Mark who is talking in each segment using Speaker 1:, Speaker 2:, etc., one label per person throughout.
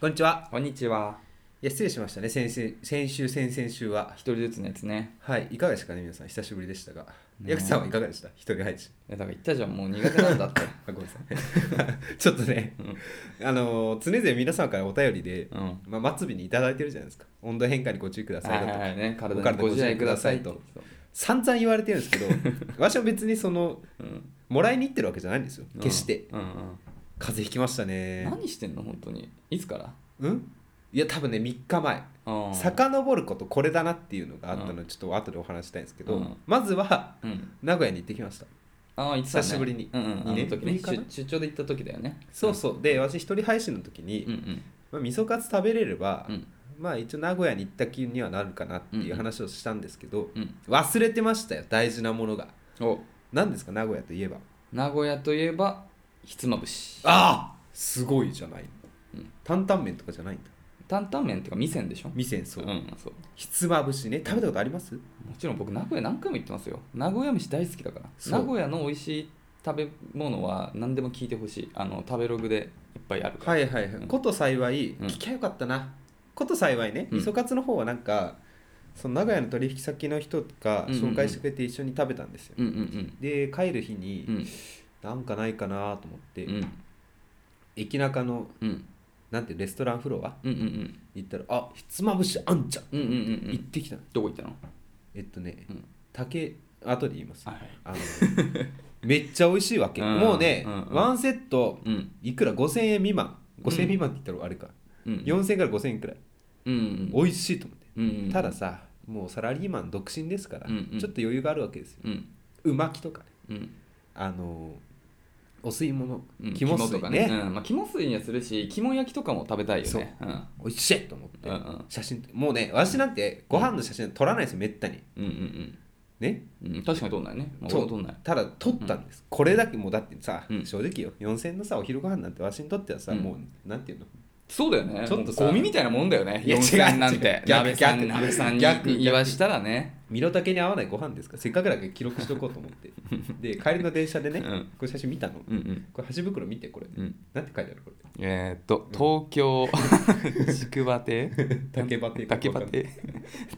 Speaker 1: こんにちは。
Speaker 2: こんにちは。
Speaker 1: いや、失礼しましたね。先週、先週、先々週は
Speaker 2: 一。人ずつのやつね。
Speaker 1: はい、いかがでしたかね、皆さん。久しぶりでしたが。
Speaker 2: ね
Speaker 1: ヤクさんはいかがでした一人配置。
Speaker 2: いやだから言ったじゃん、もう苦手なんだ って。
Speaker 1: あ、ごめんなさい。 ちょっとね、あのー、常々皆さんからお便りで、
Speaker 2: うん。
Speaker 1: まあ、末尾にいただいてるじゃないですか。温度変化にご注意くださいだとか、
Speaker 2: はいはいはいね、
Speaker 1: お
Speaker 2: 体
Speaker 1: 体
Speaker 2: にご自愛ください
Speaker 1: ご
Speaker 2: と
Speaker 1: 自。散々言われてるんですけど、 私は別にその、
Speaker 2: うん
Speaker 1: もらいに行ってるわけじゃないんですよ。決して。
Speaker 2: うんうん
Speaker 1: 風邪ひきました
Speaker 2: うん
Speaker 1: ね。
Speaker 2: 何してんの、本当に。いつから
Speaker 1: うんいや、多分ね、3日前。
Speaker 2: ああ
Speaker 1: 遡ることこれだなっていうのがあったのでちょっと後でお話したいんですけど、
Speaker 2: うん
Speaker 1: まずは
Speaker 2: うん。
Speaker 1: 名古屋に行ってきました
Speaker 2: ああ、いつだね。
Speaker 1: 久しぶりに
Speaker 2: うんうん。あの
Speaker 1: 二年
Speaker 2: 時
Speaker 1: ぶ
Speaker 2: ね、
Speaker 1: りかな
Speaker 2: 出出張で行った時だよね。
Speaker 1: そうそうで私一人配信の時に、
Speaker 2: うんうん。
Speaker 1: まあ、味噌カツ食べれれば、
Speaker 2: うん
Speaker 1: まあ一応名古屋に行った気にはなるかなっていう話をしたんですけど、
Speaker 2: うん。
Speaker 1: 忘れてましたよ大事なものが
Speaker 2: お
Speaker 1: 何ですか名古屋といえば
Speaker 2: 名古屋といえば、ひつまぶし。
Speaker 1: ああすごいじゃない、
Speaker 2: うん
Speaker 1: 担々麺とかじゃないんだ
Speaker 2: 担々麺っていうか、店でしょ。
Speaker 1: 味噌そうう、
Speaker 2: ん、そう。
Speaker 1: ひつまぶしね食べたことあります
Speaker 2: もちろん僕、名古屋何回も行ってますよ。名古屋飯大好きだから。
Speaker 1: そう
Speaker 2: 名古屋の美味しい食べ物は何でも聞いてほしい。あの、食べログでいっぱいあるから。
Speaker 1: はいはいはい、
Speaker 2: うん
Speaker 1: こと幸い、
Speaker 2: うん
Speaker 1: 聞きゃよかったなこと幸いね
Speaker 2: うん
Speaker 1: みそかつの方はなんかその名古屋の取引先の人
Speaker 2: う
Speaker 1: が
Speaker 2: んうんうん
Speaker 1: 紹介してくれて一緒に食べたんですよ、
Speaker 2: うんうん
Speaker 1: で帰る日に、
Speaker 2: うん。うん。
Speaker 1: なんかないかなと思って、
Speaker 2: うん。
Speaker 1: 駅中の
Speaker 2: うん。
Speaker 1: なんていうレストランフロア
Speaker 2: うんうん
Speaker 1: 行ったらあひつまぶしあんじゃん、
Speaker 2: うんうんうんうんう
Speaker 1: 行
Speaker 2: ん
Speaker 1: ってきたの
Speaker 2: どこ行ったの
Speaker 1: えっとね、
Speaker 2: うん
Speaker 1: 竹後で言います
Speaker 2: はいはい
Speaker 1: あのめっちゃ美味しいわ け、
Speaker 2: うん
Speaker 1: もうね、
Speaker 2: うんうん
Speaker 1: ワンセット
Speaker 2: うん
Speaker 1: いくら5000円未満5000円
Speaker 2: うん
Speaker 1: 未満って言ったらあれか、
Speaker 2: うん
Speaker 1: 4000円から5000円くらい、
Speaker 2: うんうん
Speaker 1: 美味しいと思って
Speaker 2: うんうん
Speaker 1: たださもうサラリーマン独身ですから、
Speaker 2: うんうん
Speaker 1: ちょっと余裕があるわけですよ
Speaker 2: うん
Speaker 1: うまきとかね
Speaker 2: うん
Speaker 1: あのーお吸い物
Speaker 2: うん
Speaker 1: 肝水
Speaker 2: とか
Speaker 1: ね
Speaker 2: ねうんまあ肝水にはするし肝焼きとかも食べたいよねうん
Speaker 1: おいしいと思って、
Speaker 2: うんうん
Speaker 1: 写真もうね私なんてご飯の写真撮らないですよめったに
Speaker 2: うんうん
Speaker 1: ね
Speaker 2: うんうん確かに撮んないねまあ
Speaker 1: そう
Speaker 2: 俺も撮んない
Speaker 1: ただ撮ったんです、これだけもうだってさ、
Speaker 2: うん
Speaker 1: 正直よ4000円のさお昼ご飯なんて私にとってはさ、
Speaker 2: うん
Speaker 1: もうなんていうの
Speaker 2: そうだよね
Speaker 1: ちょっとさ
Speaker 2: もうゴミみたいなもんだよね
Speaker 1: いや違う
Speaker 2: 4000なん
Speaker 1: 違う
Speaker 2: て
Speaker 1: 逆
Speaker 2: 鍋さん
Speaker 1: 逆
Speaker 2: 鍋さん
Speaker 1: 逆
Speaker 2: に言わしたらね
Speaker 1: 身の丈に合わないご飯ですからせっかくだから記録しとこうと思って で帰りの電車でね、
Speaker 2: うん
Speaker 1: これ写真見たの、
Speaker 2: うんうん
Speaker 1: これ箸袋見てこれ、
Speaker 2: うん
Speaker 1: なんて書いてあるこれ
Speaker 2: えーっと東京 宿場亭
Speaker 1: 竹馬亭
Speaker 2: 竹場亭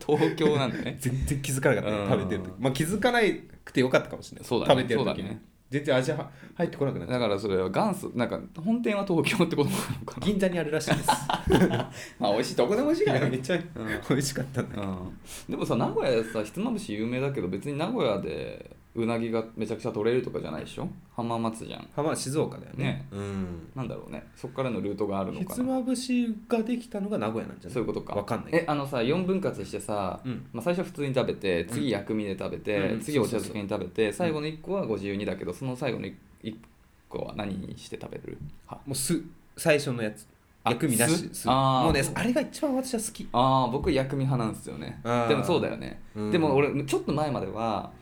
Speaker 2: 東京なんだね
Speaker 1: 全然気づかなかった、
Speaker 2: うん
Speaker 1: 食べてる時まあ気づかなくてよかったかもしれない
Speaker 2: そうだね
Speaker 1: 食べてる時
Speaker 2: そうだ
Speaker 1: ね
Speaker 2: ね
Speaker 1: 全然味は入ってこなくなっち
Speaker 2: だ
Speaker 1: ゃう
Speaker 2: からそれは元祖なんか本店は東京ってことなのかな
Speaker 1: 銀座にあるらしいです
Speaker 2: まあ美味しいどこでも美味しい
Speaker 1: い
Speaker 2: から
Speaker 1: やめ
Speaker 2: ね
Speaker 1: っちゃ
Speaker 2: ん
Speaker 1: 美味しかったんだ
Speaker 2: うん、でもさ名古屋さひつまぶし有名だけど別に名古屋でうなぎがめちゃくちゃ取れるとかじゃないでしょ浜松じゃん
Speaker 1: 浜は静岡だよね
Speaker 2: ね
Speaker 1: うん
Speaker 2: なんだろうねそっからのルートがあるの
Speaker 1: ひ
Speaker 2: か
Speaker 1: つ
Speaker 2: な
Speaker 1: まぶしができたのが名古屋なんじゃない
Speaker 2: そういうことか
Speaker 1: わかんないけ
Speaker 2: え
Speaker 1: ど
Speaker 2: あのさ4分割してさ、
Speaker 1: うん
Speaker 2: まあ、最初は普通に食べて次薬味で食べて、
Speaker 1: うん
Speaker 2: 次お茶漬けに食べて、
Speaker 1: そうそう
Speaker 2: 最後の1個はご自由にだけどその最後の1個は何にして食べるは
Speaker 1: もう酢最初のやつ
Speaker 2: あ
Speaker 1: 薬味なし
Speaker 2: 酢
Speaker 1: 酢
Speaker 2: あー
Speaker 1: もうねあれが一番私は好き
Speaker 2: ああ僕薬味派なんですよね
Speaker 1: あー
Speaker 2: でもそうだよね、
Speaker 1: うん
Speaker 2: でも俺ちょっと前までは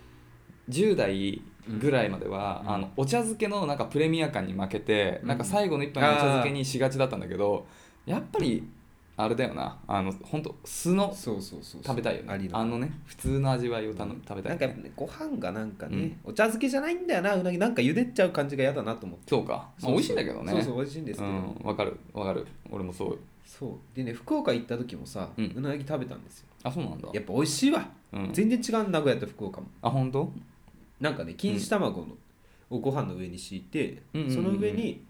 Speaker 2: 10代ぐらいまでは、
Speaker 1: うん
Speaker 2: あのお茶漬けのなんかプレミア感に負けて、なんか最後の一杯のお茶漬けにしがちだったんだけどやっぱりあれだよなあの本当酢の
Speaker 1: そうそうそう
Speaker 2: 食べたいよね
Speaker 1: ありの
Speaker 2: あのね普通の味わいを頼む食べたい、ね
Speaker 1: なんかやっぱねご飯がなんかね、お茶漬けじゃないんだよなうなぎなんか茹でっちゃう感じが嫌だなと思って
Speaker 2: そうか、まあ、美味しいんだけどね
Speaker 1: そうそう美味しいんですけ
Speaker 2: う
Speaker 1: ど、
Speaker 2: んわかるわかる俺もそう
Speaker 1: そうでね福岡行った時もさ、う
Speaker 2: うん
Speaker 1: なぎ食べたんですよ
Speaker 2: あそうなんだ
Speaker 1: やっぱ美味しいわ、
Speaker 2: うん
Speaker 1: 全然違う名古屋と福岡も
Speaker 2: あ本当
Speaker 1: なんかね錦糸卵の、をご飯の上に敷いて、
Speaker 2: うんうんうんうん
Speaker 1: その上に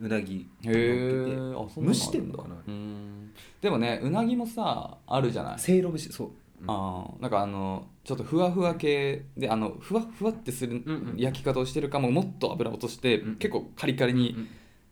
Speaker 1: うなぎ
Speaker 2: へえあそうなのあるんだ
Speaker 1: 蒸してんのかな
Speaker 2: うんでもねうなぎもさあるじゃない
Speaker 1: せいろ蒸しそう、
Speaker 2: あーなんかあのちょっとふわふわ系であのふわふわってする
Speaker 1: うんうん
Speaker 2: 焼き方をしてるかももっと油落として、
Speaker 1: うん
Speaker 2: 結構カリカリに、
Speaker 1: うん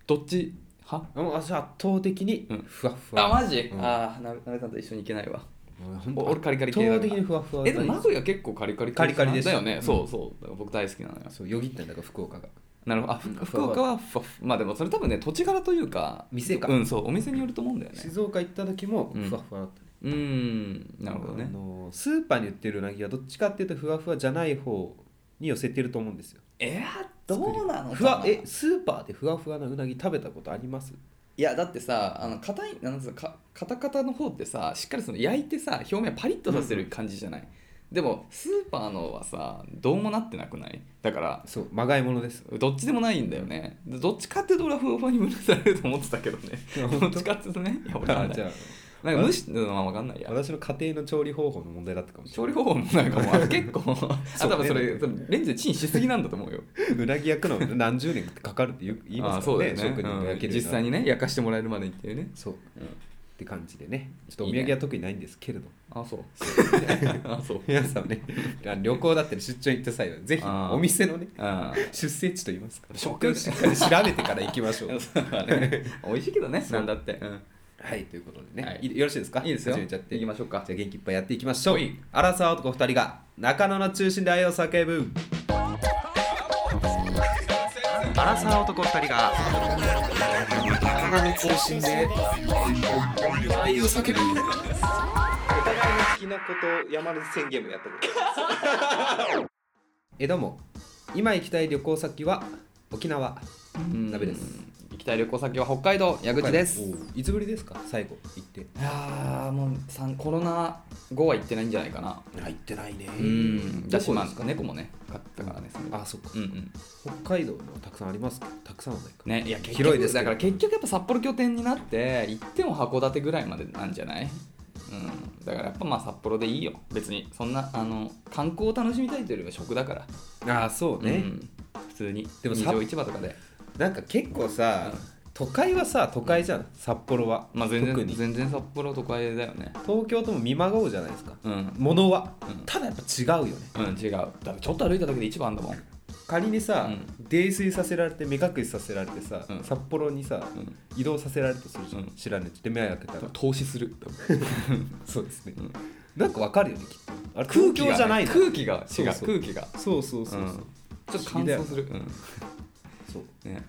Speaker 2: どっちは
Speaker 1: うん、私圧倒的に
Speaker 2: うん
Speaker 1: ふわっふ
Speaker 2: あ
Speaker 1: わ、
Speaker 2: マジ、
Speaker 1: うん
Speaker 2: ああなべさんと一緒に行けないわ
Speaker 1: 俺ほんと
Speaker 2: お俺カリカリ
Speaker 1: 圧
Speaker 2: 系だ
Speaker 1: 倒
Speaker 2: か
Speaker 1: 的に
Speaker 2: ら
Speaker 1: ふわっふわ
Speaker 2: えでも
Speaker 1: 大好き
Speaker 2: 名古屋結構カリカリ系
Speaker 1: カリカリです
Speaker 2: だよね、
Speaker 1: うん
Speaker 2: そうそうだから僕大好きなのよ
Speaker 1: そうよぎったんだから福岡が
Speaker 2: なるほどあふ福岡はふわふまあでもそれ多分ね土地柄というか
Speaker 1: 店か
Speaker 2: うんそうお店によると思うんだよね
Speaker 1: 静岡行った時も
Speaker 2: うん
Speaker 1: ふわっふわだったね、
Speaker 2: うーんなるほど
Speaker 1: あ
Speaker 2: ね
Speaker 1: のースーパーに売ってるうなぎはどっちかっていうとふわふわじゃない方に寄せてると思うんですよ
Speaker 2: えー、どうなのかな
Speaker 1: ふわえスーパーでふわふわなうなぎ食べたことあります
Speaker 2: いやだってさあの硬いなんつうのかカタカタの方ってさしっかりその焼いてさ表面パリッとさせる感じじゃない、でもスーパーのはさどうもなってなくないだから
Speaker 1: そうまがいも のです
Speaker 2: どっちでもないんだよねでどっちかっていうと俺はふわふわに無理されると思ってたけどねどっちかっていうとねいや分かん
Speaker 1: あ
Speaker 2: ない
Speaker 1: じゃあ
Speaker 2: なんか無視っていうのは分かんないや
Speaker 1: 私の家庭の調理方法の問題だったかもしれ
Speaker 2: 調
Speaker 1: な
Speaker 2: 理
Speaker 1: い
Speaker 2: 方法もなんかもう結構 あ
Speaker 1: そう
Speaker 2: 多分それ多分レンジでチンしすぎなんだと思 うよ
Speaker 1: うなぎ焼くの何十年かかるって言う言いま
Speaker 2: あ
Speaker 1: すか
Speaker 2: そう
Speaker 1: ら
Speaker 2: だ
Speaker 1: ね
Speaker 2: よね
Speaker 1: 職人が焼け
Speaker 2: うん
Speaker 1: るのは
Speaker 2: 実際にね焼かしてもらえるまでにっていうね
Speaker 1: そうって感じでねちょっとお
Speaker 2: いい
Speaker 1: 土
Speaker 2: ね
Speaker 1: 産は特にないんですけれど
Speaker 2: あ そうあそう
Speaker 1: 皆さんねあ旅行だったり出張行った際はぜひ
Speaker 2: あー
Speaker 1: お店のね
Speaker 2: あ
Speaker 1: 出生地といいますか
Speaker 2: 食欲ね
Speaker 1: しっかり調べてから行きましょう
Speaker 2: 美味しいけどね
Speaker 1: そう
Speaker 2: なんだって、うん
Speaker 1: はいということでね、
Speaker 2: はい
Speaker 1: い、よろしいですか
Speaker 2: いいですよ
Speaker 1: 始めちゃって
Speaker 2: 行きましょうか
Speaker 1: じゃあ元気いっぱいやっていきましょう
Speaker 2: ほい
Speaker 1: アラサー男2人が中野の中心で愛を叫ぶアラサー男2人が中野の中心で愛を叫ぶお互いの好きなことを山根宣言もやったこと えどうも今行きたい旅行先は沖縄
Speaker 2: うん
Speaker 1: 鍋です
Speaker 2: 行きたい旅行先は北海道矢口です
Speaker 1: おういつぶりですか最後行って
Speaker 2: いやーもうさんコロナ後は行ってないんじゃないかな
Speaker 1: あ行ってないね
Speaker 2: うんだし
Speaker 1: どこ
Speaker 2: ま
Speaker 1: で
Speaker 2: あ
Speaker 1: すか
Speaker 2: 猫もね飼ったからねその
Speaker 1: あそっか
Speaker 2: うんうん
Speaker 1: 北海道のたくさんありますけどたくさんはないか
Speaker 2: ねいや結局
Speaker 1: 広いですけ
Speaker 2: だ
Speaker 1: ど
Speaker 2: から結局やっぱ札幌拠点になって行っても函館ぐらいまでなんじゃないうんだからやっぱまあ札幌でいいよ別にそんなあの観光を楽しみたいというよりは食だから
Speaker 1: ああそうね、
Speaker 2: うん普通に
Speaker 1: でも
Speaker 2: 二
Speaker 1: 札
Speaker 2: 条市場とかで
Speaker 1: なんか結構さ、
Speaker 2: うん
Speaker 1: 都会はさ都会じゃん札幌は、
Speaker 2: まあ全
Speaker 1: 特
Speaker 2: 然
Speaker 1: に
Speaker 2: 全然札幌都会だよね
Speaker 1: 東京とも見まごうじゃないですか
Speaker 2: うん
Speaker 1: ものは、
Speaker 2: うん
Speaker 1: ただやっぱ違うよね
Speaker 2: うん違うだからちょっと歩いただけで一番だもん
Speaker 1: 仮にさ、
Speaker 2: うん
Speaker 1: 泥酔させられて目隠しさせられてさ、
Speaker 2: うん
Speaker 1: 札幌にさ、
Speaker 2: うん
Speaker 1: 移動させられるとするじゃん、
Speaker 2: うん
Speaker 1: 知らねえって目開けたら、
Speaker 2: 投資する
Speaker 1: そうですね、
Speaker 2: うん
Speaker 1: なんかわかるよねきっとあれ
Speaker 2: 空
Speaker 1: 空
Speaker 2: 気が
Speaker 1: 気
Speaker 2: ね
Speaker 1: じゃないの
Speaker 2: 空気が違
Speaker 1: そううそう
Speaker 2: 空気が
Speaker 1: そうそうそうそう、
Speaker 2: うんちょっと乾燥する、う
Speaker 1: そう、
Speaker 2: んね、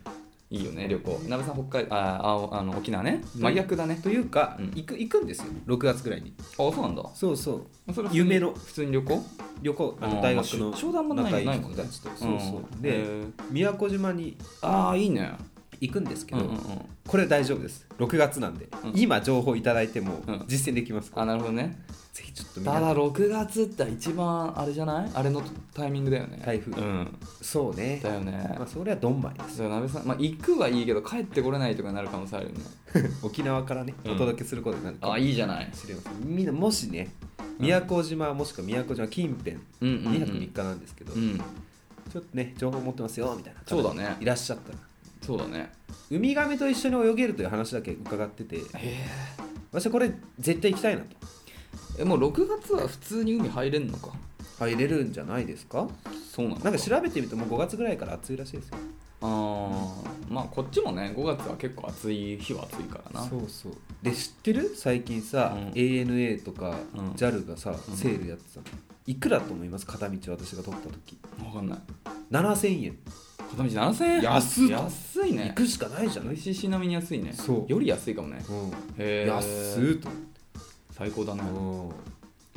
Speaker 2: いいよね旅行鍋さん北海道ああおあの沖縄ね真逆だね
Speaker 1: というか、
Speaker 2: うん
Speaker 1: 行く行くんですよ6月ぐらいに
Speaker 2: あそうなんだ
Speaker 1: そうそう
Speaker 2: それは普通に
Speaker 1: 夢の
Speaker 2: 普通に旅行
Speaker 1: 旅行あ
Speaker 2: あ
Speaker 1: の
Speaker 2: ー
Speaker 1: 大学の
Speaker 2: まあ出張だもんね
Speaker 1: 仲いい
Speaker 2: ないも
Speaker 1: 人
Speaker 2: んね
Speaker 1: たちとそうそう、
Speaker 2: んへ
Speaker 1: で
Speaker 2: ー
Speaker 1: 宮古島に
Speaker 2: ああいいね
Speaker 1: 行くんですけ
Speaker 2: うん
Speaker 1: ど、
Speaker 2: うんうん
Speaker 1: これ大丈夫です6月なんで、
Speaker 2: うん
Speaker 1: 今情報いただいても
Speaker 2: うん
Speaker 1: 実践できますから、
Speaker 2: あなるほどね
Speaker 1: ぜひちょっと皆
Speaker 2: た
Speaker 1: さん
Speaker 2: だ6月って一番あれじゃないあれのタイミングだよね
Speaker 1: 台
Speaker 2: う
Speaker 1: 風
Speaker 2: ん
Speaker 1: そうね
Speaker 2: だよね
Speaker 1: まあそれはドンマイです
Speaker 2: そう鍋さんまあ行くはいいけど帰ってこれないとかになる可能性あるよね
Speaker 1: 沖縄からね
Speaker 2: うん
Speaker 1: お届けすることになる
Speaker 2: あ
Speaker 1: かも
Speaker 2: あいいじゃない
Speaker 1: しれません、みんなもしね宮古島もしくは宮古島近辺
Speaker 2: うんうんうん
Speaker 1: 2泊3日なんですけど、
Speaker 2: うん
Speaker 1: ちょっとね情報持ってますよみたいな方
Speaker 2: そうだね
Speaker 1: いらっしゃったら
Speaker 2: そうだね
Speaker 1: ウミガメと一緒に泳げるという話だけ伺ってて
Speaker 2: へ
Speaker 1: 私はこれ絶対行きたいなと
Speaker 2: えもう6月は普通に海入れんのか
Speaker 1: 入れるんじゃないですか
Speaker 2: そうなの
Speaker 1: なんか調べてみるともう5月ぐらいから暑いらしいですよ
Speaker 2: あーまあこっちもね5月は結構暑い日は暑いからな
Speaker 1: そうそうで知ってる最近さ、
Speaker 2: うん
Speaker 1: ANA とか
Speaker 2: うん
Speaker 1: JAL がさ、
Speaker 2: うん
Speaker 1: セールやってたのいくらだと思います片道私が取った時
Speaker 2: 分かんない
Speaker 1: 7000円
Speaker 2: 片道7000円
Speaker 1: 安っ
Speaker 2: 安い
Speaker 1: 行
Speaker 2: ね
Speaker 1: くしかないじゃない、
Speaker 2: 美味しいしなみに安いね
Speaker 1: そう
Speaker 2: より安いかもね
Speaker 1: うん
Speaker 2: へえ
Speaker 1: 安っと、
Speaker 2: 最高だね
Speaker 1: うん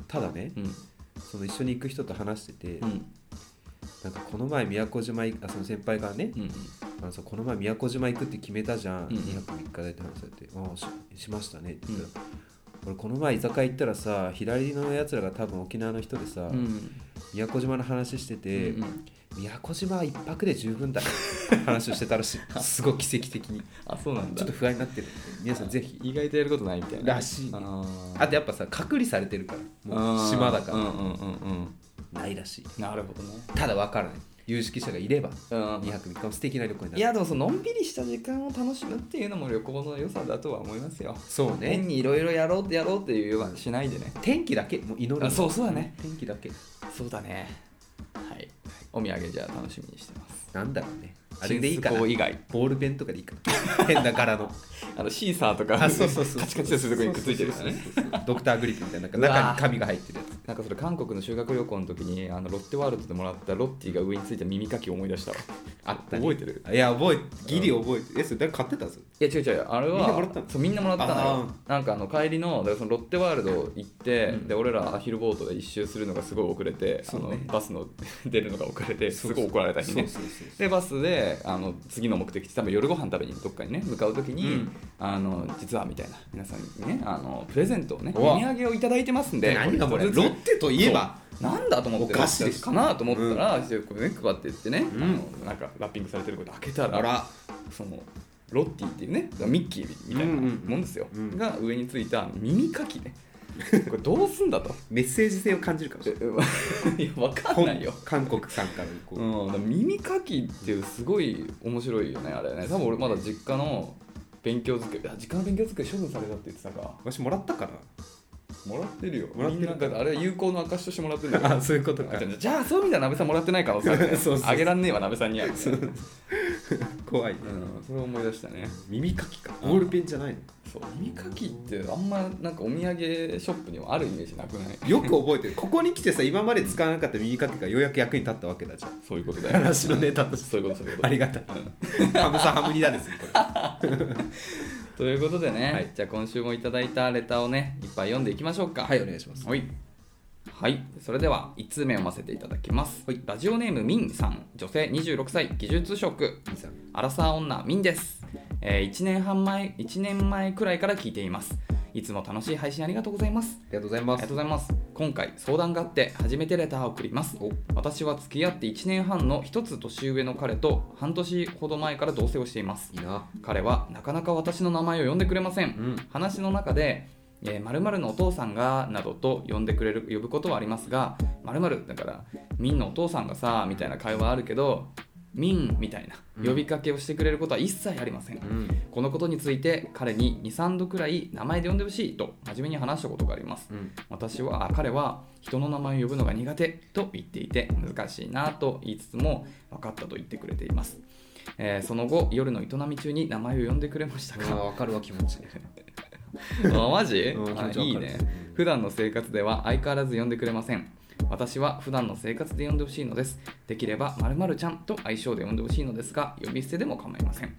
Speaker 1: ただね
Speaker 2: うん
Speaker 1: その一緒に行く人と話してて、
Speaker 2: うん
Speaker 1: なんかこの前宮古島行あその先輩からね、
Speaker 2: うん
Speaker 1: あのさこの前宮古島行くって決めたじゃん、
Speaker 2: うんうん
Speaker 1: 2泊3日でって話されて「ああししましたね」って言ったら、俺この前居酒屋行ったらさ左のやつらが多分沖縄の人でさ、
Speaker 2: うん
Speaker 1: 宮古島の話してて、
Speaker 2: うんうん
Speaker 1: 宮古島は1泊で十 分だ話をしてたらしいすごい奇跡的に
Speaker 2: あそうなん
Speaker 1: ちょ
Speaker 2: だ
Speaker 1: っと不安になってるんで皆さんぜひ
Speaker 2: 意外とやることないみたいな
Speaker 1: らしいねあ
Speaker 2: あ
Speaker 1: とやっぱさ隔離されてるからもう
Speaker 2: ー
Speaker 1: 島だか
Speaker 2: うん
Speaker 1: ら
Speaker 2: うんうんうん
Speaker 1: ないらしい
Speaker 2: なるほどね
Speaker 1: ただ分からない有識者がいれば
Speaker 2: うん
Speaker 1: 2泊3日も素敵な旅行にないる
Speaker 2: やでもそののんびりした時間を楽しむっていうのも旅行の良さだとは思いますよ。
Speaker 1: そう
Speaker 2: 変
Speaker 1: ね
Speaker 2: にいろいろやろうってやろうっていうはしないでね。
Speaker 1: 天気だけもう祈る
Speaker 2: あそうそうだね
Speaker 1: 天気だけ
Speaker 2: そうだね。はい。お土産じゃあ楽しみにしてます。
Speaker 1: なんだろうねあれでいいか
Speaker 2: 新
Speaker 1: な
Speaker 2: 宿港以外。
Speaker 1: ボールペンとかでいいか な変な柄の
Speaker 2: あのシーサーとか
Speaker 1: あそうそうそう
Speaker 2: カチカチとするとこにくっついてるやつね。
Speaker 1: そうそうそうドクターグリップみたいななんか
Speaker 2: う
Speaker 1: 中
Speaker 2: わ
Speaker 1: に紙が入ってるやつ
Speaker 2: なんかそれ韓国の修学旅行の時にあのロッテワールドでもらったロッティが上についた耳かきを思い出したわ。あったり
Speaker 1: 覚えてるいや覚えギリ覚えてるえそれ誰か買ってたんですよ
Speaker 2: いや違う違うあれは
Speaker 1: みんなもらったの
Speaker 2: そうみんなもらったのよ
Speaker 1: あ
Speaker 2: なんかあの帰りのだからそのロッテワールド行って、
Speaker 1: うん
Speaker 2: で俺らアヒルボートで一周するのがすごい遅れて、あ
Speaker 1: そうね
Speaker 2: のバスの 出るのが遅れてすごい怒られたり
Speaker 1: そう
Speaker 2: ね
Speaker 1: そうそう
Speaker 2: でバスであの次の目的地多分夜ご飯食べにどっかにね向かう時に、
Speaker 1: うん
Speaker 2: あの実はみたいな皆さんにねあのプレゼントをね
Speaker 1: う
Speaker 2: お
Speaker 1: わ
Speaker 2: 土産をいただいてますんで
Speaker 1: で何がもらえ
Speaker 2: こ
Speaker 1: る
Speaker 2: ずつ
Speaker 1: ロッテといえば
Speaker 2: そうなんだと思って
Speaker 1: お菓子です
Speaker 2: かなと思ったら、一応こうね配っていってね、
Speaker 1: うん
Speaker 2: あのなんかラッピングされてること開けたら
Speaker 1: あら
Speaker 2: そのロッティっていうねミッキーみたいなもんですよ、
Speaker 1: うんうんうん
Speaker 2: が上についた耳かきねこれどうすんだ と
Speaker 1: メッセージ性を感じるかもし
Speaker 2: え
Speaker 1: れ
Speaker 2: いや分かん
Speaker 1: な
Speaker 2: ないいよ
Speaker 1: 韓国さんからこう、
Speaker 2: うん、だから耳かきっていうすごい面白いよねあれね多分俺まだ実家の勉強机あ実家の勉強机処分されたって言ってたか
Speaker 1: 私もらったか
Speaker 2: もらってるよ
Speaker 1: もらってる
Speaker 2: みんなだってあれは有効の証としてもらってるんだ
Speaker 1: な
Speaker 2: か
Speaker 1: あそういうことから
Speaker 2: じゃあそういう意味では鍋さんもらってない可能性あるね
Speaker 1: そうそう
Speaker 2: あげらんねえわ鍋さんには、ね、
Speaker 1: そう怖いね、
Speaker 2: うん、それを思い出したね
Speaker 1: 耳かきかボールペンじゃないの
Speaker 2: そう耳かきってあんまなんかお土産ショップにもあるイメージなくない
Speaker 1: よく覚えてるここに来てさ今まで使わなかった耳かきがようやく役に立ったわけだじゃん
Speaker 2: そういうことだよ
Speaker 1: 話のネタとして
Speaker 2: そういうことそういうこと
Speaker 1: ありがたいハムさんハムニダですよこれ
Speaker 2: ということでね、
Speaker 1: はい
Speaker 2: じゃあ今週もいただいたレターをねいっぱい読んでいきましょうか
Speaker 1: はいお願いします
Speaker 2: はい、はい、それでは1通目読ませていただきます、ラジオネームみんさん女性26歳技術職
Speaker 1: みんさん
Speaker 2: アラサー女ミンです、え1年半前1年前くらいから聞いていますいつも楽しい配信ありがとうございます
Speaker 1: りがとうございま
Speaker 2: ありがとうございます今回相談があって初めてレターを送ります
Speaker 1: お
Speaker 2: 私は付き合って1年半の1つ年上の彼と半年ほど前から同棲をしています
Speaker 1: いいな
Speaker 2: 彼はなかなか私の名前を呼んでくれません、
Speaker 1: うん
Speaker 2: 話の中で「えー〇〇のお父さんが」などと呼んでくれる呼ぶことはありますが「〇〇だから「みんのお父さんがさ」みたいな会話はあるけど「みん」みたいな
Speaker 1: うん
Speaker 2: 呼びかけをしてくれることは一切ありません、
Speaker 1: うん
Speaker 2: このことについて彼に23度くらい名前で呼んでほしいと真面目に話したことがあります
Speaker 1: うん
Speaker 2: 私は彼は人の名前を呼ぶのが苦手と言っていて難しいなと言いつつも分かったと言ってくれています、えーその後夜の営み中に名前を呼んでくれました
Speaker 1: あ
Speaker 2: か
Speaker 1: 分かるわ気持ち
Speaker 2: あマジ、
Speaker 1: うん
Speaker 2: あ
Speaker 1: 気持ちわかる
Speaker 2: いいね
Speaker 1: うん
Speaker 2: 普段の生活では相変わらず呼んでくれません私は普段の生活で呼んでほしいのですできれば〇〇ちゃんと愛称で呼んでほしいのですが呼び捨てでも構いません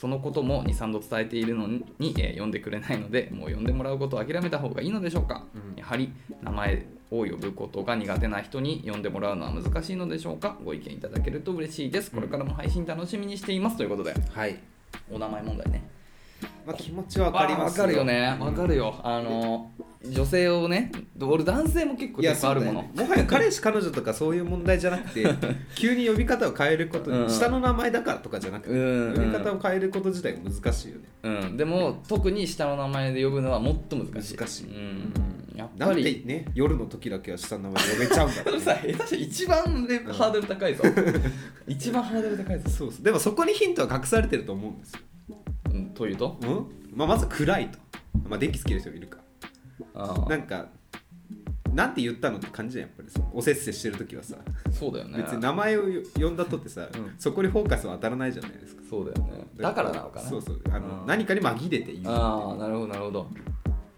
Speaker 2: そのことも23度伝えているのに、えー呼んでくれないのでもう呼んでもらうことを諦めた方がいいのでしょうか、
Speaker 1: うん
Speaker 2: やはり名前を呼ぶことが苦手な人に呼んでもらうのは難しいのでしょうかご意見いただけると嬉しいですこれからも配信楽しみにしていますということで
Speaker 1: はい
Speaker 2: お名前問題ね
Speaker 1: まあ気持ちは分かります
Speaker 2: わかるよねわかるよあの女性をね俺男性も結構
Speaker 1: いや
Speaker 2: 結構あ
Speaker 1: そう
Speaker 2: る
Speaker 1: だよ
Speaker 2: もの
Speaker 1: ねもはや彼氏彼女とかそういう問題じゃなく て急に呼び方を変えること
Speaker 2: うん
Speaker 1: 下の名前だからとかじゃなく
Speaker 2: う
Speaker 1: て
Speaker 2: ん
Speaker 1: 呼び方を変えること自体が難しいよね
Speaker 2: うん、でも特に下の名前で呼ぶのはもっと難しい
Speaker 1: 難しい
Speaker 2: うん
Speaker 1: うん
Speaker 2: やっ
Speaker 1: な
Speaker 2: ぱ
Speaker 1: んで
Speaker 2: り
Speaker 1: ね夜の時だけは下の名前呼べちゃうんだ
Speaker 2: でも
Speaker 1: ろ うね
Speaker 2: さ下手したら一番レハードル高いぞ一番ハードル高いぞ、
Speaker 1: そうそうでもそこにヒントは隠されてると思うんですよ、
Speaker 2: うん、というと
Speaker 1: うんまあ、まず暗いと、まあ、電気つける人もいるか
Speaker 2: あ
Speaker 1: な
Speaker 2: あ
Speaker 1: んかなんて言ったのって感じじゃんやっぱりさおせっせしてる時はさ
Speaker 2: そうだよね
Speaker 1: 別に名前を呼んだとってさ、
Speaker 2: うん
Speaker 1: そこにフォーカスは当たらないじゃないですか
Speaker 2: そうだよねだからなのかな
Speaker 1: そうそうあの
Speaker 2: うん
Speaker 1: 何かに紛れて言う
Speaker 2: ああなるほどなるほど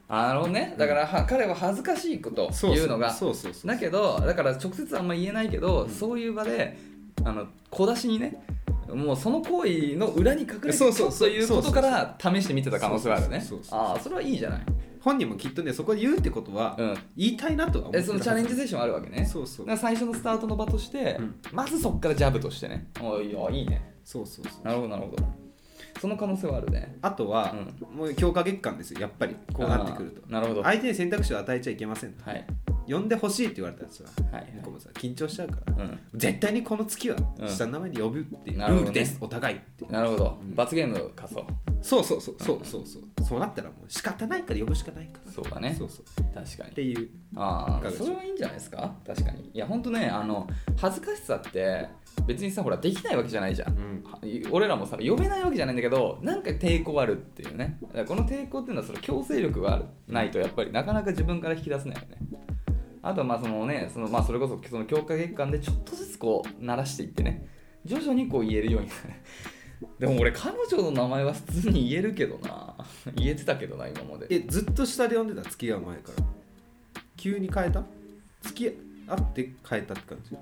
Speaker 2: あーなるほどねだからは彼は恥ずかしいこと
Speaker 1: そう
Speaker 2: 言うのが
Speaker 1: そうそうそう
Speaker 2: だけどだから直接あんま言えないけど、
Speaker 1: ん
Speaker 2: そういう場であの小出しにねもうその行為の裏に隠れて
Speaker 1: そうそう
Speaker 2: ちょっということ
Speaker 1: そうそうそう
Speaker 2: から試してみてた可能性はあるね
Speaker 1: そうそうそう
Speaker 2: ああそれはいいじゃない、
Speaker 1: 本人もきっとねそこで言うってことは、
Speaker 2: うん、
Speaker 1: 言いたいなとは思って
Speaker 2: え
Speaker 1: る
Speaker 2: そのチャレンジ
Speaker 1: は
Speaker 2: 精神はあるわけね
Speaker 1: そうそう
Speaker 2: だから最初のスタートの場として、
Speaker 1: うん
Speaker 2: まずそこからジャブとしてねおいおいいいね
Speaker 1: そうそうそう
Speaker 2: なるほどなるほどその可能性はあるね
Speaker 1: あとは、もう強化月間ですよやっぱりこうなってくると
Speaker 2: あーなるほどはい
Speaker 1: 相手に選択肢を与えちゃいけませんと
Speaker 2: はい
Speaker 1: 呼んでほしいって言われたらさ、
Speaker 2: はい
Speaker 1: 向こうもさ緊張しちゃうから
Speaker 2: うん
Speaker 1: 絶対にこの月は
Speaker 2: うん
Speaker 1: 下の名前で呼ぶっていうル
Speaker 2: なるほ
Speaker 1: ー
Speaker 2: どね
Speaker 1: ルです、お互いって
Speaker 2: なるほど、
Speaker 1: うん
Speaker 2: 罰ゲームかそう
Speaker 1: そうそうそうそうそうそうそうなったらもう仕方ないから呼ぶしかないから
Speaker 2: そうだね
Speaker 1: そうそう
Speaker 2: 確かに
Speaker 1: っていう
Speaker 2: あ
Speaker 1: いかが
Speaker 2: あ
Speaker 1: でし
Speaker 2: そ
Speaker 1: ょ
Speaker 2: うれはいいんじゃないですか確かにいやほんとねあの恥ずかしさって別にさほらできないわけじゃないじゃん、
Speaker 1: ん
Speaker 2: は俺らもさ呼べないわけじゃないんだけどなんか抵抗あるっていうねだからこの抵抗っていうのはその強制力があるないとやっぱりなかなか自分から引き出せないよねあとはまあそのねその、まあ、それこそその強化月間でちょっとずつこう慣らしていってね徐々にこう言えるようになるでも俺彼女の名前は普通に言えるけどな言えてたけどな今まで
Speaker 1: えずっと下で呼んでた付き合う前から急に変えた付き合って変えたって感じ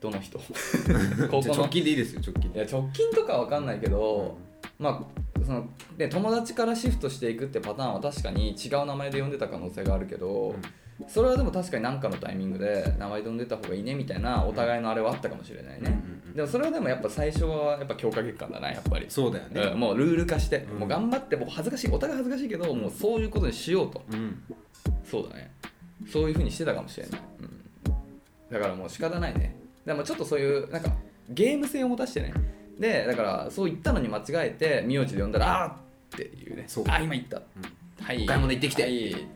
Speaker 2: どの人 高校
Speaker 1: じゃあ
Speaker 2: の
Speaker 1: 直近でいいですよ直近
Speaker 2: い
Speaker 1: で
Speaker 2: や直近とかわかんないけど、まあそので友達からシフトしていくってパターンは確かに違う名前で呼んでた可能性があるけど、それはでも確かに何かのタイミングで名前で呼んでた方がいいねみたいなお互いのあれはあったかもしれないね、
Speaker 1: うんうんうん
Speaker 2: でもそれはでもやっぱ最初はやっぱ強化結果だなやっぱり
Speaker 1: そうだよ
Speaker 2: う
Speaker 1: ね
Speaker 2: んもうルール化して、
Speaker 1: うん
Speaker 2: もう頑張ってもう恥ずかしいお互い恥ずかしいけどもうそういうことにしようと
Speaker 1: うん
Speaker 2: そうだねそういうふうにしてたかもしれない、うん、だからもう仕方ないねでもちょっとそういうなんかゲーム性を持たしてねでだからそう言ったのに間違えて名字で呼んだら「あーっていうね
Speaker 1: そう
Speaker 2: あ今言った、はい
Speaker 1: お買い物行ってきて
Speaker 2: はい500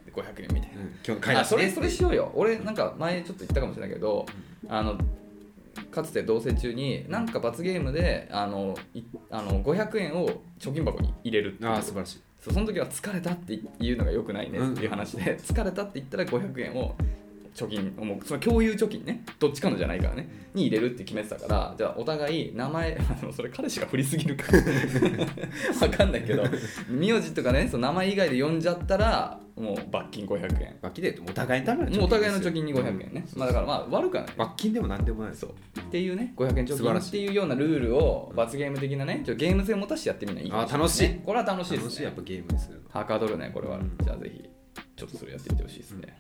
Speaker 2: 円みたいな、
Speaker 1: うん今日帰
Speaker 2: あ
Speaker 1: ら
Speaker 2: そ
Speaker 1: せて
Speaker 2: れそれしようよ俺なんか前ちょっと言ったかもしれないけど、あのかつて同棲中になんか罰ゲームであのいあの500円を貯金箱に入れるっていう
Speaker 1: ああ素晴らしい
Speaker 2: そうその時は疲れたって言うのが良くないねっていう話で、 疲れたって言ったら500円を貯金もうその共有貯金ねどっちかのじゃないからねに入れるって決めてたからじゃあお互い名前 あのそれ彼氏が振りすぎるから わかんないけど名字とかねその名前以外で呼んじゃったらもう罰金500円
Speaker 1: バキでお互いのための貯
Speaker 2: も
Speaker 1: 金ですよ
Speaker 2: うお互いの貯金に500円ね、
Speaker 1: うん
Speaker 2: まあ、だからまあ悪くはない
Speaker 1: 罰金でも何でもないです
Speaker 2: そうっていうね500円貯
Speaker 1: 素晴
Speaker 2: 金
Speaker 1: ら
Speaker 2: っ
Speaker 1: して
Speaker 2: いうようなルールを罰ゲーム的なねちょっとゲーム性を持たしてやってみないいかもれな
Speaker 1: あ楽しい
Speaker 2: ねこれは楽しいです、ね、
Speaker 1: 楽しいやっぱゲームですよ
Speaker 2: はかどるねこれは、
Speaker 1: うん
Speaker 2: じゃあぜひちょっとそれやってみてほしいですね、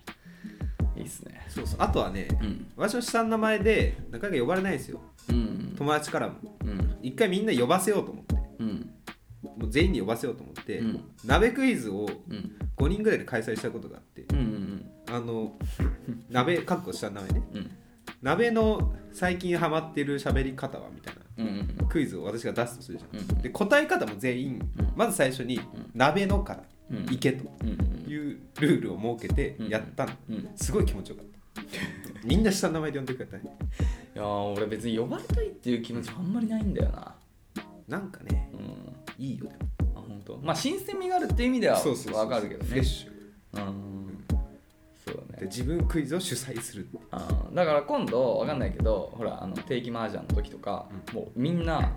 Speaker 2: いいっすね
Speaker 1: そうそうあとはね
Speaker 2: うん
Speaker 1: 私の下の名前でなかなか呼ばれないんですよ
Speaker 2: うん
Speaker 1: 友達からも
Speaker 2: うん
Speaker 1: 一回みんな呼ばせようと思って
Speaker 2: うん
Speaker 1: もう全員に呼ばせようと思って、
Speaker 2: うん
Speaker 1: 鍋クイズを
Speaker 2: うん
Speaker 1: 5人ぐらいで開催したことがあって
Speaker 2: うんうん
Speaker 1: あの鍋かっこした鍋ね
Speaker 2: うん
Speaker 1: 鍋の最近ハマってる喋り方はみたいな
Speaker 2: うんうん
Speaker 1: クイズを私が出すとするじゃん、
Speaker 2: うん
Speaker 1: で答え方も全員、
Speaker 2: うん
Speaker 1: まず最初に「鍋の」から
Speaker 2: うん
Speaker 1: 「行け」と
Speaker 2: うんうん
Speaker 1: いうルールを設けてやったの、
Speaker 2: うんうん
Speaker 1: すごい気持ちよかったみんな下の名前で呼んでくれたね
Speaker 2: いやー俺別に呼ばれたいっていう気持ちあんまりないんだよな
Speaker 1: なんかね
Speaker 2: うん
Speaker 1: いいよでも
Speaker 2: あ本当。まあ新鮮味があるっていう意味ではわかるけどね
Speaker 1: フレッシュ
Speaker 2: うんそうだ
Speaker 1: で
Speaker 2: ね
Speaker 1: 自分クイズを主催する
Speaker 2: あーだから今度わかんないけどほらあの定期麻雀の時とか、もうみんな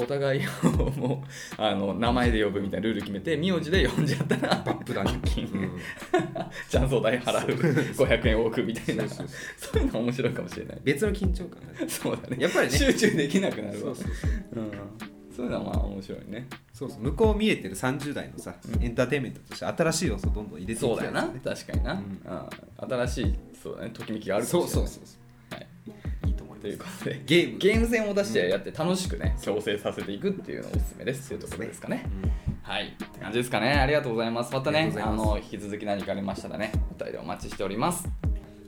Speaker 2: お互いをもうあの名前で呼ぶみたいなルール決めて名字で呼んじゃったら
Speaker 1: バップだね
Speaker 2: 罰金
Speaker 1: うん
Speaker 2: チャンスを代払う500円多くみたいな
Speaker 1: そうそう
Speaker 2: そういうの面白いかもしれない
Speaker 1: 別の緊張感がね
Speaker 2: そうだね
Speaker 1: やっぱりね
Speaker 2: 集中できなくなる
Speaker 1: そ
Speaker 2: わ
Speaker 1: うそう
Speaker 2: うんそういうのはまあ面白いね
Speaker 1: そうそう向こう見えてる30代のさ、
Speaker 2: うん
Speaker 1: エンターテインメントとして新しい要素をどんどん入れていきたい
Speaker 2: そうだよな
Speaker 1: です
Speaker 2: 確か
Speaker 1: ね
Speaker 2: にな、
Speaker 1: うん
Speaker 2: うん新しいそうだねときめきがあるか
Speaker 1: そ
Speaker 2: も
Speaker 1: う
Speaker 2: しれ
Speaker 1: そ
Speaker 2: な
Speaker 1: う
Speaker 2: い
Speaker 1: そうそう、
Speaker 2: はい
Speaker 1: い、いと思い
Speaker 2: と
Speaker 1: ま
Speaker 2: いうこ
Speaker 1: す
Speaker 2: とで
Speaker 1: ゲーム
Speaker 2: ゲーム性を出してやって楽しくね強制させていくっていうのをおすすめですっていうところですかね
Speaker 1: うん
Speaker 2: はいって感じですかねありがとうございますまた
Speaker 1: あり
Speaker 2: ね
Speaker 1: がとう
Speaker 2: あ
Speaker 1: ございます
Speaker 2: の引き続き何かありましたらねお便りお待ちしております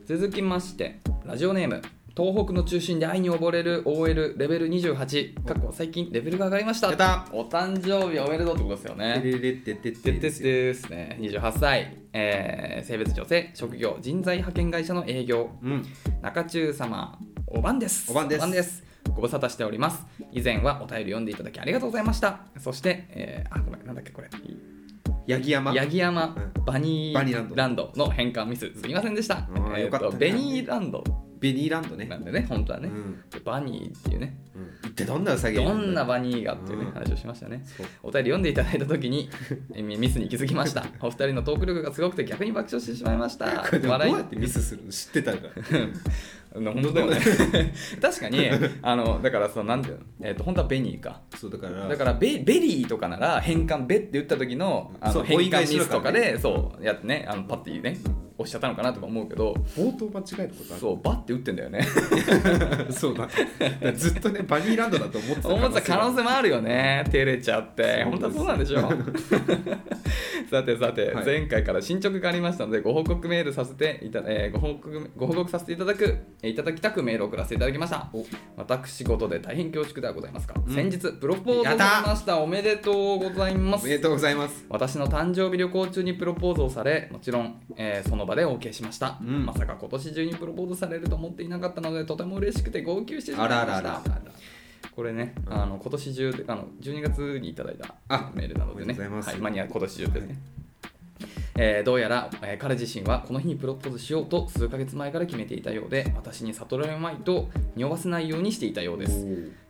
Speaker 2: 続きましてラジオネーム東北の中心で愛に溺れる OL レベル28過去最近レベルが上がりました
Speaker 1: やった
Speaker 2: お誕生日おめでとうってことですよね
Speaker 1: てれれってってって
Speaker 2: で
Speaker 1: って
Speaker 2: ですですね28歳、えー性別女性職業人材派遣会社の営業
Speaker 1: うん
Speaker 2: 中中様おばんです
Speaker 1: おばんです
Speaker 2: ご無沙汰しております以前はお便り読んでいただきありがとうございましたそして、えーあごめんなんだっけこれ
Speaker 1: 八木山
Speaker 2: 八木山
Speaker 1: うん
Speaker 2: バニ
Speaker 1: バニーラン
Speaker 2: ー
Speaker 1: ド
Speaker 2: ランドの変換ミスすみませんでした
Speaker 1: あー
Speaker 2: えー
Speaker 1: よかったね
Speaker 2: とベニーランド
Speaker 1: ベニーランドね
Speaker 2: なんでね本当はね、
Speaker 1: うん
Speaker 2: でバニーっていうね
Speaker 1: うん一体どんなウサギがい
Speaker 2: ど
Speaker 1: る
Speaker 2: んな
Speaker 1: だよ
Speaker 2: バニーがっていうね、
Speaker 1: うん
Speaker 2: 話をしましたね
Speaker 1: そう
Speaker 2: お便り読んでいただいた時にえミスに気づきましたお二人のトーク力がすごくて逆に爆笑してしまいました
Speaker 1: これでもど
Speaker 2: 笑
Speaker 1: う
Speaker 2: い
Speaker 1: やってミスするの知ってたから
Speaker 2: うん本当だよね 確かにあのだからそのなんていうの、えっと本当はベニーか
Speaker 1: そうだから
Speaker 2: だからベベリーとかなら変換ベって言った時のあ
Speaker 1: そ
Speaker 2: の
Speaker 1: う
Speaker 2: 変
Speaker 1: 追い
Speaker 2: 換
Speaker 1: 返
Speaker 2: ミス
Speaker 1: しと
Speaker 2: とか
Speaker 1: かね
Speaker 2: でそうやってねあのパッてね押しちゃったのかなとか思うけど
Speaker 1: 冒頭間違えたことある
Speaker 2: そうバッて打ってんだよね
Speaker 1: そうだからずっとねバニーランドだと思ってた
Speaker 2: 思った可能性も
Speaker 1: も
Speaker 2: あるよね照れちゃって
Speaker 1: そ
Speaker 2: 本
Speaker 1: うです
Speaker 2: 当はそうなんでしょう さてさて、
Speaker 1: はい
Speaker 2: 前回から進捗がありましたのでご報告メールさせていた、えーご報告ご報告させていただくえーいただきたくメールを送らせていただきました
Speaker 1: お
Speaker 2: 私事で大変恐縮ではございますが、
Speaker 1: うん
Speaker 2: 先日プロポーズを
Speaker 1: や
Speaker 2: し
Speaker 1: った
Speaker 2: ましたおめでとうございま
Speaker 1: おめですとうございます
Speaker 2: 私の誕生日旅行中にプロポーズをされもちろん、えーその場で OK しました、
Speaker 1: うん
Speaker 2: まさか今年中にプロポーズされると思っていなかったのでとても嬉しくて号泣してしま
Speaker 1: あ
Speaker 2: いまし
Speaker 1: らあ
Speaker 2: た
Speaker 1: らあらあら
Speaker 2: これね、あの今年中であの12月にいただいた
Speaker 1: あ
Speaker 2: メールなので
Speaker 1: お
Speaker 2: ね、
Speaker 1: めでとうございます
Speaker 2: はい、間に合う今年中ですね、えーどうやら、えー彼自身はこの日にプロポーズしようと数ヶ月前から決めていたようで私に悟られまいと匂わせないようにしていたようです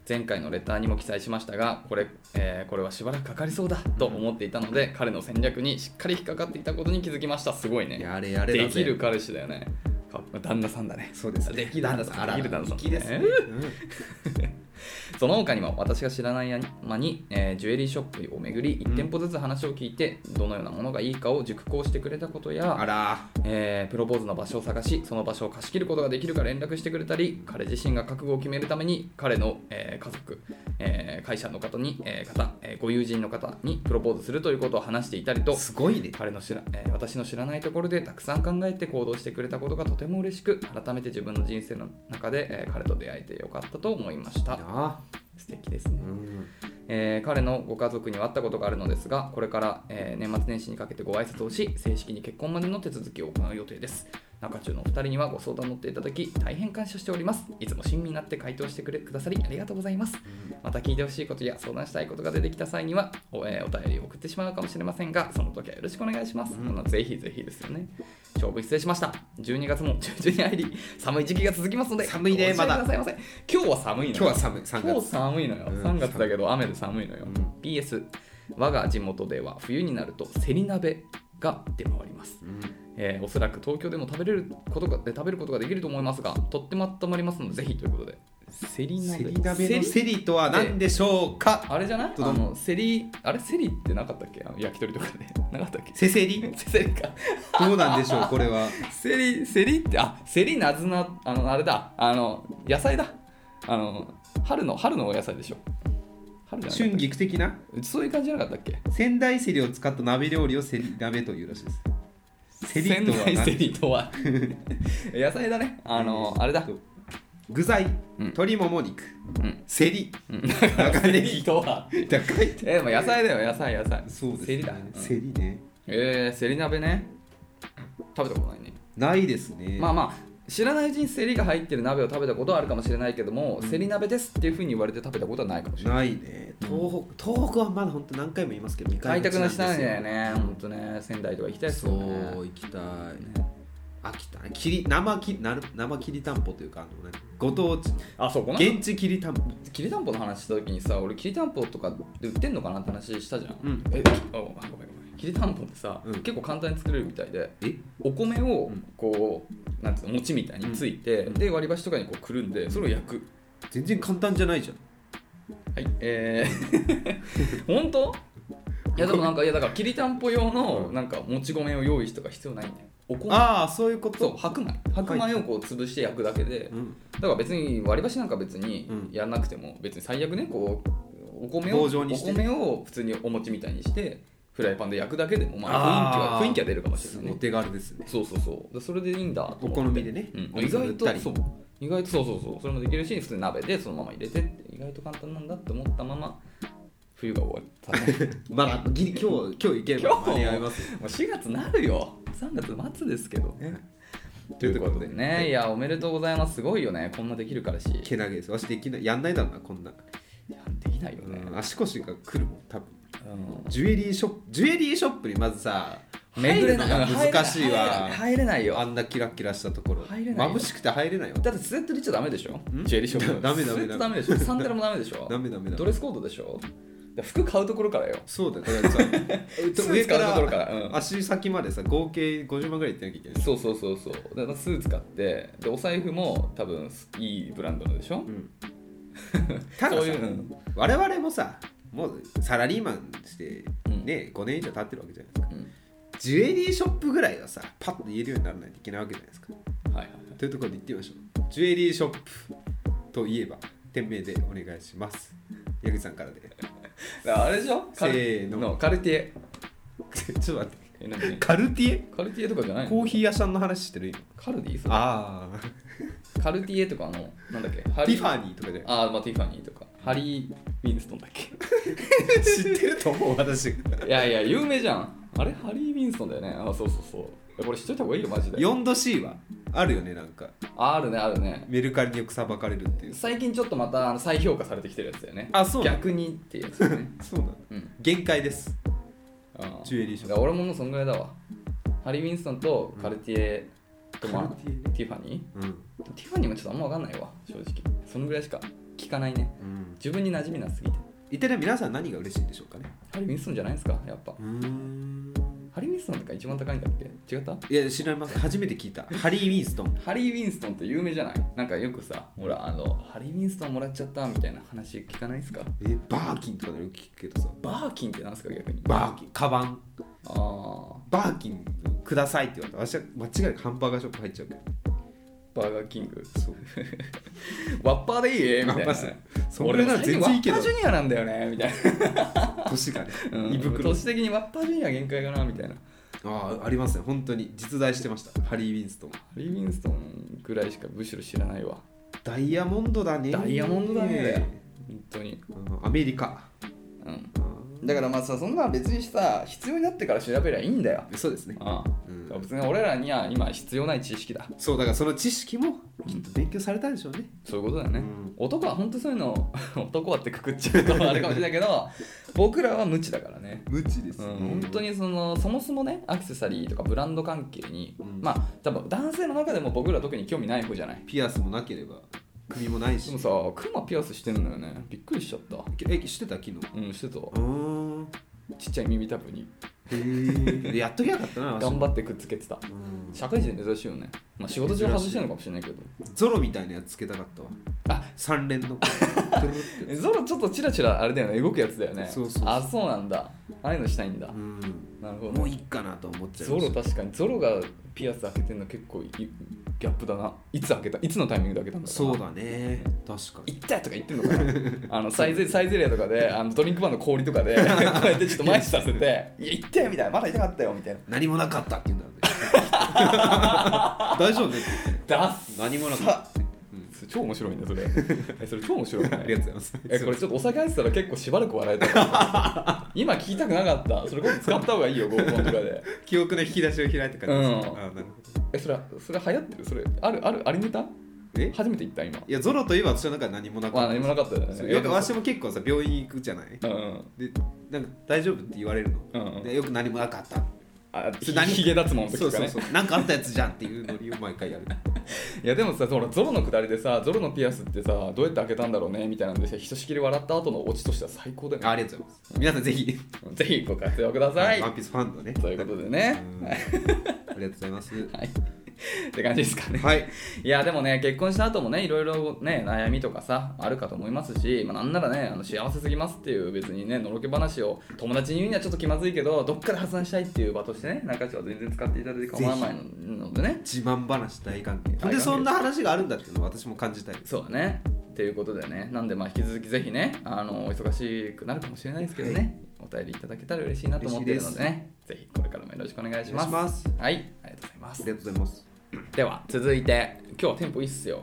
Speaker 2: 前回のレターにも記載しましたがこれ,、えーこれはしばらくかかりそうだと思っていたので、彼の戦略にしっかり引っかかっていたことに気づきましたすごいね
Speaker 1: やれやれだぜ
Speaker 2: できる彼氏だよね
Speaker 1: か
Speaker 2: 旦那さんだね
Speaker 1: そうですね
Speaker 2: できる旦那さんあら
Speaker 3: できる旦那さん
Speaker 2: 粋ですねその他にも私が知らない間に、えージュエリーショップを巡り1店舗ずつ話を聞いてどのようなものがいいかを熟考してくれたこと
Speaker 1: あ
Speaker 2: や、
Speaker 1: ら
Speaker 2: えープロポーズの場所を探しその場所を貸し切ることができるか連絡してくれたり彼自身が覚悟を決めるために彼の、えー家族、えー会社の方に、えー方えーご友人の方にプロポーズするということを話していたりと
Speaker 1: すごいね
Speaker 2: 彼の知ら、えー私の知らないところでたくさん考えて行動してくれたことがとても嬉しく改めて自分の人生の中で、えー彼と出会えてよかったと思いました
Speaker 1: な
Speaker 2: 素敵ですね
Speaker 1: う、ん
Speaker 2: えー彼のご家族には会ったことがあるのですがこれから、えー年末年始にかけてご挨拶をし正式に結婚までの手続きを行う予定です中中のお二人にはご相談乗っていただき大変感謝しておりますいつも親身になって回答してくれくださりありがとうございますまた聞いてほしいことや相談したいことが出てきた際にはお,、えーお便りを送ってしまうかもしれませんがその時はよろしくお願いします、あのぜひぜひですよね勝負失礼しました12月も中旬に入り寒い時期が続きますので
Speaker 1: 寒いね
Speaker 2: ご自愛
Speaker 1: まだ
Speaker 2: くださいませ今日は寒いの
Speaker 1: 今日は寒い3
Speaker 2: 今日
Speaker 1: 月
Speaker 2: 寒いのよ
Speaker 1: うん
Speaker 2: 3月だけど雨で寒いのよ、
Speaker 1: うん
Speaker 2: PS 我が地元では冬になるとセリ鍋が出回ります、
Speaker 1: うん
Speaker 2: えーおそらく東京でも食べれることがで食べることができると思いますがとっても温まりますのでぜひということでセリ
Speaker 1: セ
Speaker 2: 鍋
Speaker 1: リ鍋の
Speaker 2: セリ
Speaker 1: セリとは何でしょうか
Speaker 2: あれじゃないあ
Speaker 1: どうぞ
Speaker 2: のセリあれセリってなかったっけあの焼き鳥とかで なかったっけ
Speaker 1: セセリ
Speaker 2: セリか
Speaker 1: どうなんでしょうこれは
Speaker 2: セリセリってあセリなずなあのあれだあの野菜だあの春の春のお野菜でしょ春じゃなかったっけ
Speaker 1: 春菊的な
Speaker 2: そういう感じじゃなかったっけ
Speaker 1: 仙台セリを使った鍋料理をセリ鍋というらしいですセリ
Speaker 2: 仙
Speaker 1: とは
Speaker 2: 台
Speaker 1: 何
Speaker 2: セリとは 野菜だねあのあれだ
Speaker 1: 具材
Speaker 2: うん
Speaker 1: 鶏もも肉
Speaker 2: うん
Speaker 1: セリ
Speaker 2: うん だから
Speaker 1: 長ネ
Speaker 2: セ
Speaker 1: ギ
Speaker 2: リとは
Speaker 1: 高いって
Speaker 2: えでも野菜だよ野菜野菜
Speaker 1: そうです
Speaker 2: セリだ、うん
Speaker 1: セリね
Speaker 2: えー、セリ鍋ね食べたことないね、
Speaker 1: ないですね
Speaker 2: まあまあ知らないうちにセリが入ってる鍋を食べたことはあるかもしれないけども、セリ鍋ですっていうふうに言われて食べたことはないかもしれない
Speaker 1: ないね東北東北はまだ本当何回も言いますけど未
Speaker 2: 開
Speaker 1: 開
Speaker 2: 拓の
Speaker 1: 拓の
Speaker 2: し
Speaker 1: 地
Speaker 2: た
Speaker 1: なんん
Speaker 2: だよ
Speaker 1: で
Speaker 2: ね本当ね仙台とか行きたいです
Speaker 1: す
Speaker 2: よ
Speaker 1: よ
Speaker 2: ね
Speaker 1: そう行きたい秋田ねきり生きなる生きりたんぽというかあのねご当地
Speaker 2: あそうこの間
Speaker 1: 現地きりたんぽ
Speaker 2: きりたんぽの話した時にさ俺きりたんぽとかで売ってんのかなって話したじゃん、
Speaker 1: うん
Speaker 2: えあごめんごめんきりたんぽってさ、
Speaker 1: うん
Speaker 2: 結構簡単に作れるみたいで
Speaker 1: え
Speaker 2: お米を
Speaker 1: うん
Speaker 2: こう、なんていうの餅みたいについて、
Speaker 1: うん
Speaker 2: で割り箸とかにこうくるんでそれを焼く
Speaker 1: 全然簡単じゃないじゃん
Speaker 2: はいえ ー、本当いやでもなんかいやだからきりたんぽ用の
Speaker 1: うん
Speaker 2: なんかもち米を用意しとか必要ないんだよお米
Speaker 1: ああそういうこ
Speaker 2: そう
Speaker 1: と
Speaker 2: 白米白米をこう潰して焼くだけで、
Speaker 1: うん
Speaker 2: だから別に割り箸なんか別に
Speaker 1: うん
Speaker 2: やらなくても別に最悪ねこうお米を
Speaker 1: 棒状にして
Speaker 2: お米を普通にお餅みたいにしてフライパンで焼くだけでもまあ
Speaker 1: あー
Speaker 2: 雰囲気は雰囲気は出るかもし
Speaker 1: す
Speaker 2: れ
Speaker 1: ごい
Speaker 2: ない
Speaker 1: お
Speaker 2: ね
Speaker 1: 手軽ですね
Speaker 2: そうそうそうでそれでいいんだと
Speaker 1: お
Speaker 2: 思
Speaker 1: 好
Speaker 2: って
Speaker 1: みでね
Speaker 2: うん
Speaker 1: お
Speaker 2: 意
Speaker 1: 水を塗
Speaker 2: 外
Speaker 1: った
Speaker 2: と
Speaker 1: り
Speaker 2: そう意外とそうそうそうそれもできるし普通に鍋でそのまま入れてって意外と簡単なんだって思ったまま冬が終わった ね
Speaker 1: まだギリ今日今日行けれ
Speaker 2: 今
Speaker 1: ば
Speaker 2: 日も
Speaker 1: 間に合います
Speaker 2: もう4月なるよ3月末ですけど
Speaker 1: ね
Speaker 2: ということでねいやおめでとうございますすごいよねこんなできるからし
Speaker 1: けなげです私できないやんないだろうなこんな、
Speaker 2: いやできないよ
Speaker 1: う
Speaker 2: ね
Speaker 1: ん、足腰が来るもん多分
Speaker 2: うん
Speaker 1: ジュエリーショップジュエリーショップにまずさ
Speaker 2: 巡
Speaker 1: 入
Speaker 2: れ
Speaker 1: る
Speaker 2: な
Speaker 1: の
Speaker 2: い
Speaker 1: が難しいわ
Speaker 2: 入れないよ
Speaker 1: あんなキラキラしたところ
Speaker 2: 入れないよ
Speaker 1: 眩しくて入れないわ
Speaker 2: だってスウェットで行っちゃダメでしょ
Speaker 1: ん
Speaker 2: ジュエリーショップ
Speaker 1: ダメ
Speaker 2: スウ
Speaker 1: ダメ
Speaker 2: ェットダメでしょサンダルもダメでしょ
Speaker 1: ダメダメダメ
Speaker 2: ドレスコードでしょだから服買うところからよ
Speaker 1: そうだよだから
Speaker 2: スー
Speaker 1: さ
Speaker 2: ツ
Speaker 1: 上か
Speaker 2: 買うところからうん
Speaker 1: ら足先までさ合計50万ぐらいいってなきゃいけない
Speaker 2: そうそうそうそうだからスーツ買ってでお財布も多分いいブランドのでしょ、
Speaker 1: うんただ
Speaker 2: そ
Speaker 1: さ
Speaker 2: ういううん
Speaker 1: 我々もさもうサラリーマンして
Speaker 2: うん
Speaker 1: ね5年以上経ってるわけじゃないですか
Speaker 2: うん
Speaker 1: ジュエリーショップぐらいはさパッと言えるようにならないといけないわけじゃないですか
Speaker 2: はいはいはい
Speaker 1: というところで言ってみましょうジュエリーショップといえば店名でお願いします矢口さんからで
Speaker 2: だからあれでしょカル
Speaker 1: せーの
Speaker 2: カルテ
Speaker 1: ちょっと待っ
Speaker 2: ィエ
Speaker 1: て
Speaker 2: え何
Speaker 1: カルティ
Speaker 2: カルティエとかじゃな
Speaker 1: エ
Speaker 2: い
Speaker 1: コー
Speaker 2: の
Speaker 1: ヒー屋さんの話してる今
Speaker 2: カルディそれ
Speaker 1: ああ
Speaker 2: カルティエとかあのなんだっけハ
Speaker 1: テ
Speaker 2: リ
Speaker 1: ィファニーとかじゃない
Speaker 2: あーまあティファニーとかハリー・ウィンストンだっけ
Speaker 1: 知ってると思う 私
Speaker 2: いやいや、有名じゃん。あれ、ハリー・ウィンストンだよね。あ、そうそうそういや。これ知っといた方がいいよ、マジで。
Speaker 1: 4度 C はあるよねなんか
Speaker 2: ああるね、あるね。
Speaker 1: メルカリによくさばかれるっていう
Speaker 2: 最近ちょっとまたあの再評価されてきてるやつだよね。
Speaker 1: あそうなの。
Speaker 2: 逆にっていうやつだよね
Speaker 1: そうなの
Speaker 2: うん。
Speaker 1: 限界です
Speaker 2: あ
Speaker 1: ジュエリーショップ
Speaker 2: だから俺ももうそんぐらいだわ。ハリー・ウィンストンとカルティエと、まあ、
Speaker 1: カル
Speaker 2: テ
Speaker 1: ティエ
Speaker 2: ィファニ
Speaker 1: うん
Speaker 2: ーティファニーもちょっとあんま分かんないわ、正直。そのぐらいしか聞かないね。
Speaker 1: うん
Speaker 2: 自分に馴染みなすぎて。
Speaker 1: 一体ね皆さん何が嬉しいんでしょうかね
Speaker 2: ハリー・ウィンストンじゃないですか、やっぱ。
Speaker 1: うん
Speaker 2: ハリー・ウィンンストンとか一番高いんだっけ違った
Speaker 1: いや知らない初めて聞いたハリー・ウィンストン
Speaker 2: ハリー・ウィンストンって有名じゃないなんかよくさほらあのハリー・ウィンストンもらっちゃったみたいな話聞かないですか
Speaker 1: えバーキンとかでよく聞くけどさ
Speaker 2: バーキンってなんですか逆に
Speaker 1: バーキンカバン
Speaker 2: あー
Speaker 1: バーキンくださいって言われた私は間違いなくハンバーガーショップ入っちゃうけど
Speaker 2: バーガーキング
Speaker 1: そう
Speaker 2: ワッパーでいいみたい
Speaker 1: ま
Speaker 2: な
Speaker 1: あそそれ
Speaker 2: 俺
Speaker 1: な
Speaker 2: ら
Speaker 1: ら全
Speaker 2: 全
Speaker 1: 然
Speaker 2: 然
Speaker 1: い
Speaker 2: い
Speaker 1: い
Speaker 2: い
Speaker 1: け
Speaker 2: け
Speaker 1: ど
Speaker 2: どワッパージュニアなんだよねみたい
Speaker 1: 年がね、
Speaker 2: な、うん、
Speaker 1: 胃袋
Speaker 2: 年的にワッパージュニア限界かなみたいなハ
Speaker 1: ああありますね本当に実在してましたハリー・ウィンストン
Speaker 2: リー・ウィンストンぐらいしかむしろ知らないわ
Speaker 1: ダイヤモンドだね
Speaker 2: ダイヤモンドだね本当に
Speaker 1: うんアメリカ
Speaker 2: うん
Speaker 1: うん
Speaker 2: だからまあさそんな別にさ必要になってから調べりゃいいんだよ
Speaker 1: そうですね
Speaker 2: あ
Speaker 1: うん
Speaker 2: あ、別に俺らには今必要ない知識だ
Speaker 1: そうだからその知識もきっと勉強されたんでしょうね
Speaker 2: そういうことだよね、
Speaker 1: うん
Speaker 2: 男は本当そういうの 男はってくくっちゃうとあれかもしれないけ ど僕らは無知だからね
Speaker 1: 無知です
Speaker 2: うん、
Speaker 1: 本
Speaker 2: 本当
Speaker 1: 当に
Speaker 2: にそのそもそもねアクセサリーとかブランド関係に、
Speaker 1: うん
Speaker 2: まあ多分男性の中でも僕ら特に興味ない方じゃない
Speaker 1: ピアスもなければ首もない
Speaker 2: で
Speaker 1: し
Speaker 2: もさクマピアスしてんのよねびっくりしちゃった
Speaker 1: え知ってた昨日
Speaker 2: うんしてた
Speaker 1: うん
Speaker 2: ちっちゃい耳たぶに
Speaker 1: へえやっときゃよかったな私
Speaker 2: 頑張ってくっつけてた
Speaker 1: うん
Speaker 2: 社会人珍しいよねまあ仕事上外してるのかもしれないけど
Speaker 1: ゾロみたいなやつつけたかったわ
Speaker 2: あ
Speaker 1: 三連 のドロってやつ
Speaker 2: ゾロちょっとチラチラあれだよね動くやつだよね
Speaker 1: そうそうそう
Speaker 2: あそうなんだああいうのしたいんだ、
Speaker 1: うん
Speaker 2: なるほどね
Speaker 1: もういいかなと思っちゃい
Speaker 2: ゾ
Speaker 1: ま
Speaker 2: ロ
Speaker 1: した
Speaker 2: 確かにゾロがピアス開けてるの結構いギャップだないつ開けたいつのタイミングで開けたんだろ
Speaker 1: そう
Speaker 2: な
Speaker 1: だね確かに
Speaker 2: 行ったとか言ってんのか なあのサイゼサイゼリアとかであのドリンクバーの氷とかでこうやってちょっと前に させて「いや行ったよ」みたいな「まだ痛かったよ」みたいな
Speaker 1: 何もなかったって言 うんだよね大丈夫ねって言って
Speaker 2: 「ダッ
Speaker 1: 何もなかったって
Speaker 2: サ超面白いね それえそれ超面白いね
Speaker 1: ありがとうございま
Speaker 2: え
Speaker 1: す
Speaker 2: これちょっとお酒入ってたら結構しばらく笑えたわ今聞きたくなかったそれこそ使った方がいいよ合コンとかで
Speaker 1: 記憶の引き出しを開いてから
Speaker 2: うん
Speaker 1: あなるほど
Speaker 2: えそれそれ流行ってるそれあるあるあれネタ
Speaker 1: え
Speaker 2: 初めて言った今
Speaker 1: いやゾロといえば私の中で何もな
Speaker 2: あ
Speaker 1: かっ
Speaker 2: 何もなかったよね
Speaker 1: たよく私も結構さ病院行くじゃない
Speaker 2: うんうん
Speaker 1: でなんか大丈夫って言われるの、
Speaker 2: うんうん
Speaker 1: でよく何もなかった
Speaker 2: あ
Speaker 1: それ
Speaker 2: ひ
Speaker 1: 何
Speaker 2: ひげ脱毛の
Speaker 1: そう
Speaker 2: 時とか
Speaker 1: そう
Speaker 2: ね
Speaker 1: そうなんかあったやつじゃんっていうノリを毎回やる
Speaker 2: いやでもさほらゾロのくだりでさゾロのピアスってさどうやって開けたんだろうねみたいなんでさひとしきり笑った後のオチとしては最高だよね
Speaker 1: あありがとうございます皆さんぜひ
Speaker 2: ぜひご活用ください
Speaker 1: ワンピースファンのね
Speaker 2: ということでね
Speaker 1: うんありがとうございます
Speaker 2: はいって感じですかね
Speaker 1: はい
Speaker 2: いやでもね結婚した後もねいろいろね悩みとかさあるかと思いますし、まあ、なんならねあの幸せすぎますっていう別にねのろけ話を友達に言うにはちょっと気まずいけどどっかで発散したいっていう場としてね中地は全然使っていただいて構わないのでね
Speaker 1: 自慢話大関係
Speaker 2: 大歓
Speaker 1: で
Speaker 2: 迎
Speaker 1: そんな話があるんだっていうのを私も感じたいです
Speaker 2: そうだねということでねなんでまあ引き続きぜひねあのお忙しくなるかもしれないですけどね、お便りいただけたら嬉しいなと思っているのでねぜひこれからもよろしくお願いします
Speaker 1: お願いします
Speaker 2: はいありがとうございま
Speaker 1: あ
Speaker 2: す
Speaker 1: りがとうございます
Speaker 2: では続いて今日はテンポいいっすよ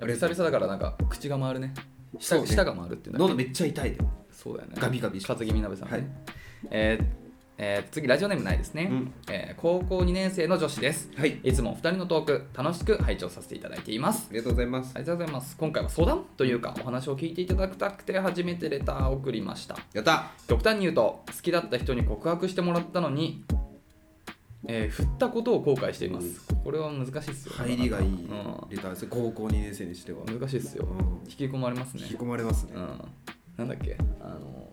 Speaker 1: ありが
Speaker 2: 久
Speaker 1: とう
Speaker 2: 々だからなんか口が回るね
Speaker 1: そ
Speaker 2: 舌
Speaker 1: うね
Speaker 2: 舌が回るっていうの
Speaker 1: 喉めっちゃ痛いで
Speaker 2: そうだよね
Speaker 1: ガビガビして
Speaker 2: 風邪気味鍋さんね、
Speaker 1: はい
Speaker 2: えーえー次ラジオネームないですね、
Speaker 1: うん
Speaker 2: えー高校2年生の女子です
Speaker 1: はい
Speaker 2: いつもお二人のトーク楽しく拝聴させていただいています
Speaker 1: ありがとうございます
Speaker 2: ありがとうございます今回は相談というかお話を聞いていただきたくて初めてレターを送りました
Speaker 1: やった
Speaker 2: 極端に言うと好きだった人に告白してもらったのに、えー振ったことを後悔していますこれは難しいですよ
Speaker 1: 入りがいい
Speaker 2: うん
Speaker 1: レターです高校2年生にしては
Speaker 2: 難しいですよ、
Speaker 1: うん
Speaker 2: 引き込まれますね
Speaker 1: 引き込まれますね
Speaker 2: うん、なんだっけあの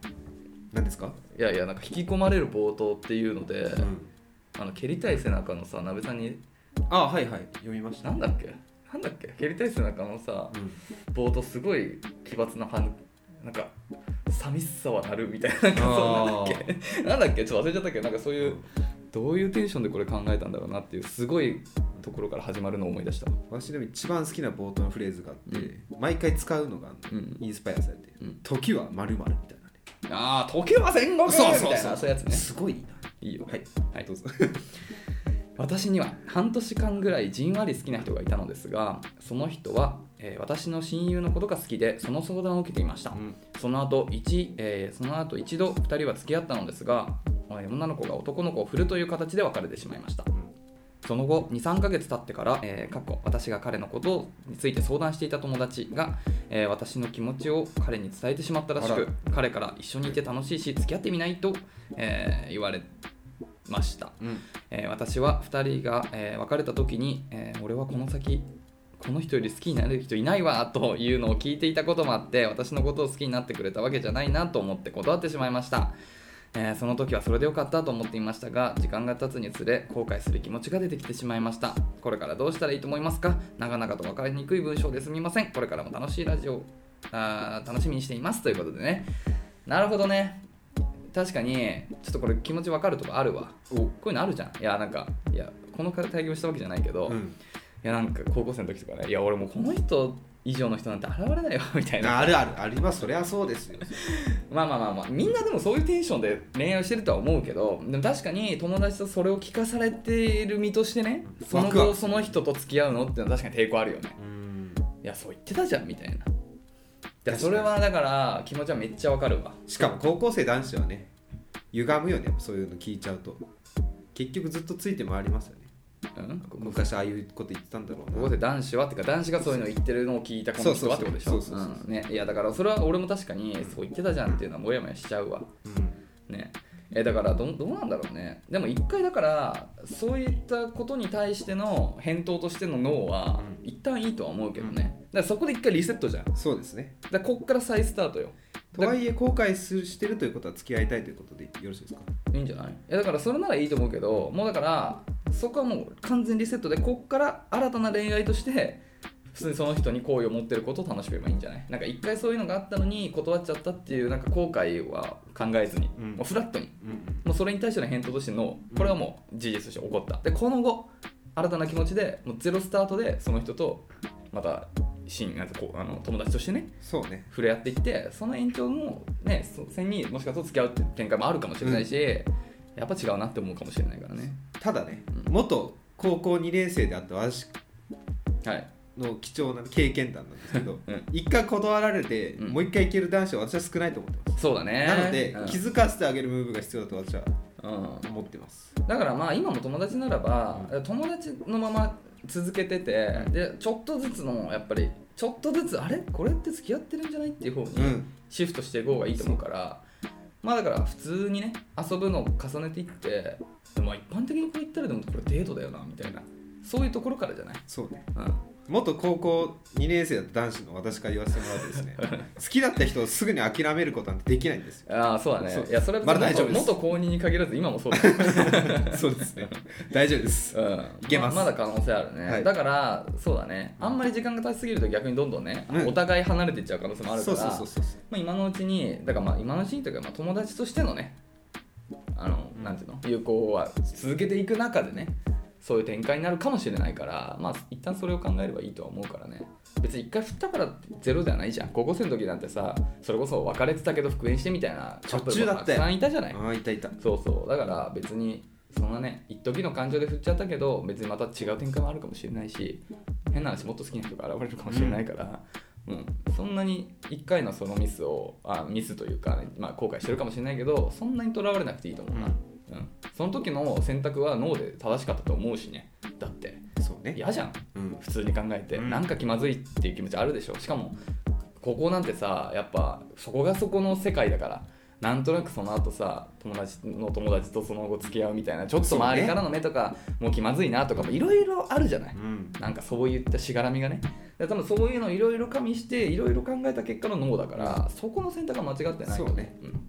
Speaker 1: 何ですか
Speaker 2: いやいやなんか引き込まれる冒頭っていうので、
Speaker 1: うん
Speaker 2: あの蹴りたい背中のさ鍋さんに
Speaker 1: あはいはい読みました
Speaker 2: なんだっけなんだっけ蹴りたい背中のさ
Speaker 1: うん
Speaker 2: 冒頭すごい奇抜な反なんか寂しさはなるみたいななんか
Speaker 1: あー
Speaker 2: そうなんだっけなんだっけちょっと忘れちゃったけどなんかそういうどういうテンションでこれ考えたんだろうなっていうすごいところから始まるのを思い出した
Speaker 1: 私でも一番好きな冒頭のフレーズがあって、毎回使うのがあんの
Speaker 2: うん
Speaker 1: インスパイアされて
Speaker 2: うん
Speaker 1: 「時はまるみたいなね
Speaker 2: ああ時は戦国みたいなそういうやつね
Speaker 1: すごいいいない
Speaker 2: いよ
Speaker 1: はい、
Speaker 2: はい
Speaker 1: どうぞ
Speaker 2: 私には半年間ぐらいじんわり好きな人がいたのですがその人は、えー私の親友のことが好きでその相談を受けていました、
Speaker 1: うん
Speaker 2: その後一、えーその後一度2人は付き合ったのですがえー女の子が男の子を振るという形で別れてしまいましたその後23ヶ月経ってから、えー過去私が彼のことについて相談していた友達が、えー私の気持ちを彼に伝えてしまったらし
Speaker 1: あら
Speaker 2: く彼から一緒にいて楽しいし付き合ってみないと、えー言われました
Speaker 1: うん
Speaker 2: えー私は2人が、えー別れた時に、えー俺はこの先この人より好きになる人いないわというのを聞いていたこともあって私のことを好きになってくれたわけじゃないなと思って断ってしまいました、えーその時はそれでよかったと思っていましたが時間が経つにつれ後悔する気持ちが出てきてしまいましたこれからどうしたらいいと思いますか長々と分かりにくい文章ですみませんこれからも楽しいラジオあー楽しみにしていますということでねなるほどね確かにちょっとこれ気持ち分かるとこあるわ
Speaker 1: お
Speaker 2: こういうのあるじゃんいやなんかいやこの対応したわけじゃないけど、
Speaker 1: う
Speaker 2: い
Speaker 1: ん、
Speaker 2: やなんか高校生の時とかねいや俺もうこの人以上の人なんて現れないよみたいな
Speaker 1: あるあるありますそりゃそうですよ
Speaker 2: まあまあまあまあみんなでもそういうテンションで恋愛をしてるとは思うけどでも確かに友達とそれを聞かされている身としてねその
Speaker 1: ワクワ
Speaker 2: 後
Speaker 1: ク
Speaker 2: その人と付き合うのっていうのは確かに抵抗あるよね
Speaker 1: うん
Speaker 2: いやそう言ってたじゃんみたいない
Speaker 1: 確か
Speaker 2: や
Speaker 1: に
Speaker 2: それはだから気持ちはめっちゃわかるわ
Speaker 1: しかも高校生男子はね歪むよねそういうの聞いちゃうと結局ずっとついて回りますよね
Speaker 2: うん
Speaker 1: 昔ああいうこと言ってたんだろうな
Speaker 2: ここで男子はっていうか男子がそういうの言ってるのを聞いたこの人はってことでしょ
Speaker 1: そうそうそうそうそうそう
Speaker 2: うんねいやだからそれは俺も確かにそう言ってたじゃんっていうのはもやもやしちゃうわ
Speaker 1: うん
Speaker 2: ねえだからどうどうなんだろうねでも一回だからそういったことに対しての返答としての脳は
Speaker 1: う
Speaker 2: 一旦いいとは思うけどね、だからそこで一回リセットじゃんだか
Speaker 1: そうですね
Speaker 2: らこっから再スタートよ
Speaker 1: とはいえ後悔するしてるということは付き合いたいということでよろしいですか
Speaker 2: いいんじゃないいやだからそれならいいと思うけどもうだからそこはもう完全リセットでこっから新たな恋愛として普通にその人に好意を持ってることを楽しめばいいんじゃないなんか一回そういうのがあったのに断っちゃったっていうなんか後悔は考えずに、
Speaker 1: うん
Speaker 2: もうフラットに
Speaker 1: うん
Speaker 2: もうそれに対しての返答としてのこれはもう事実として起こったでこの後新たな気持ちでもうゼロスタートでその人とまた親なんかこうあの友達としてね
Speaker 1: そうね
Speaker 2: 触れ合っていってその延長もねそ線にもしかすると付き合うっていう展開もあるかもしれないし、やっぱ違うなって思うかもしれないからね
Speaker 1: ただね、
Speaker 2: うん
Speaker 1: 元高校2年生であった私
Speaker 2: はい
Speaker 1: の貴重な経験談なんですけど
Speaker 2: うん
Speaker 1: 一、回断られて、
Speaker 2: うん
Speaker 1: もう一回行ける男子は私は少ないと思ってます、
Speaker 2: そうだね
Speaker 1: なので、
Speaker 2: うん
Speaker 1: 気づかせてあげるムーブが必要だと私は
Speaker 2: うん
Speaker 1: 思ってます
Speaker 2: だからまあ今も友達ならば、友達のまま続けててでちょっとずつのやっぱりちょっとずつあれこれって付き合ってるんじゃないっていう方に
Speaker 1: うん
Speaker 2: シフトしていこうがいいと思うから、まあだから普通にね遊ぶのを重ねていってまあ一般的にこれ言ったらでもこれデートだよなみたいなそういうところからじゃない、
Speaker 1: そうね
Speaker 2: うん、
Speaker 1: 元高校2年生だった男子の私から言わせてもらうとです ね好きだった人をすぐに諦めることなんてできないんですよ
Speaker 2: ああそうだね
Speaker 1: そう
Speaker 2: いやそれは
Speaker 1: まだ大丈夫です
Speaker 2: 元元公認に限らず今も そうだね、
Speaker 1: そうですね大丈夫です
Speaker 2: うん、
Speaker 1: いけます
Speaker 2: まあまだ可能性あるね、
Speaker 1: はい
Speaker 2: だからそうだねあんまり時間が経ちすぎると逆にどんどんね、
Speaker 1: うん
Speaker 2: お互い離れていっちゃう可能性もあるか
Speaker 1: そう
Speaker 2: ら
Speaker 1: そうそうそう
Speaker 2: まあ、今のうちにだからまあ今のうちにというかまあ友達としてのねあのなんていうの友好は続けていく中でねそういう展開になるかもしれないからまあ一旦それを考えればいいとは思うからね別に一回振ったからってゼロじゃないじゃん高校生の時なんてさそれこそ別れてたけど復縁してみたいなカップ
Speaker 1: しょっち
Speaker 2: ル
Speaker 1: ゅう
Speaker 2: も
Speaker 1: だ
Speaker 2: た
Speaker 1: っ
Speaker 2: く
Speaker 1: て
Speaker 2: さんいたじゃない
Speaker 1: ああいたいた
Speaker 2: そうそうだから別にそんなね一時の感情で振っちゃったけど別にまた違う展開もあるかもしれないし変な話もっと好きな人が現れるかもしれないから、うんそんなに1回のそのミスをあミスというか、まあ、後悔してるかもしれないけどそんなにとらわれなくていいと思うな、うんその時の選択は脳で正しかったと思うしねだって
Speaker 1: そうね
Speaker 2: 嫌じゃん
Speaker 1: うん
Speaker 2: 普通に考えて、
Speaker 1: うん
Speaker 2: なんか気まずいっていう気持ちあるでしょしかもここなんてさやっぱそこがそこの世界だからなんとなくその後さ友達の友達とその後付き合うみたいなちょっと周りからの目とか、もう気まずいなとかもいろいろあるじゃない、
Speaker 1: うん
Speaker 2: なんかそういったしがらみがねだから多分そういうのいろいろ加味していろいろ考えた結果の脳だからそこの選択は間違ってないと
Speaker 1: そうね
Speaker 2: うん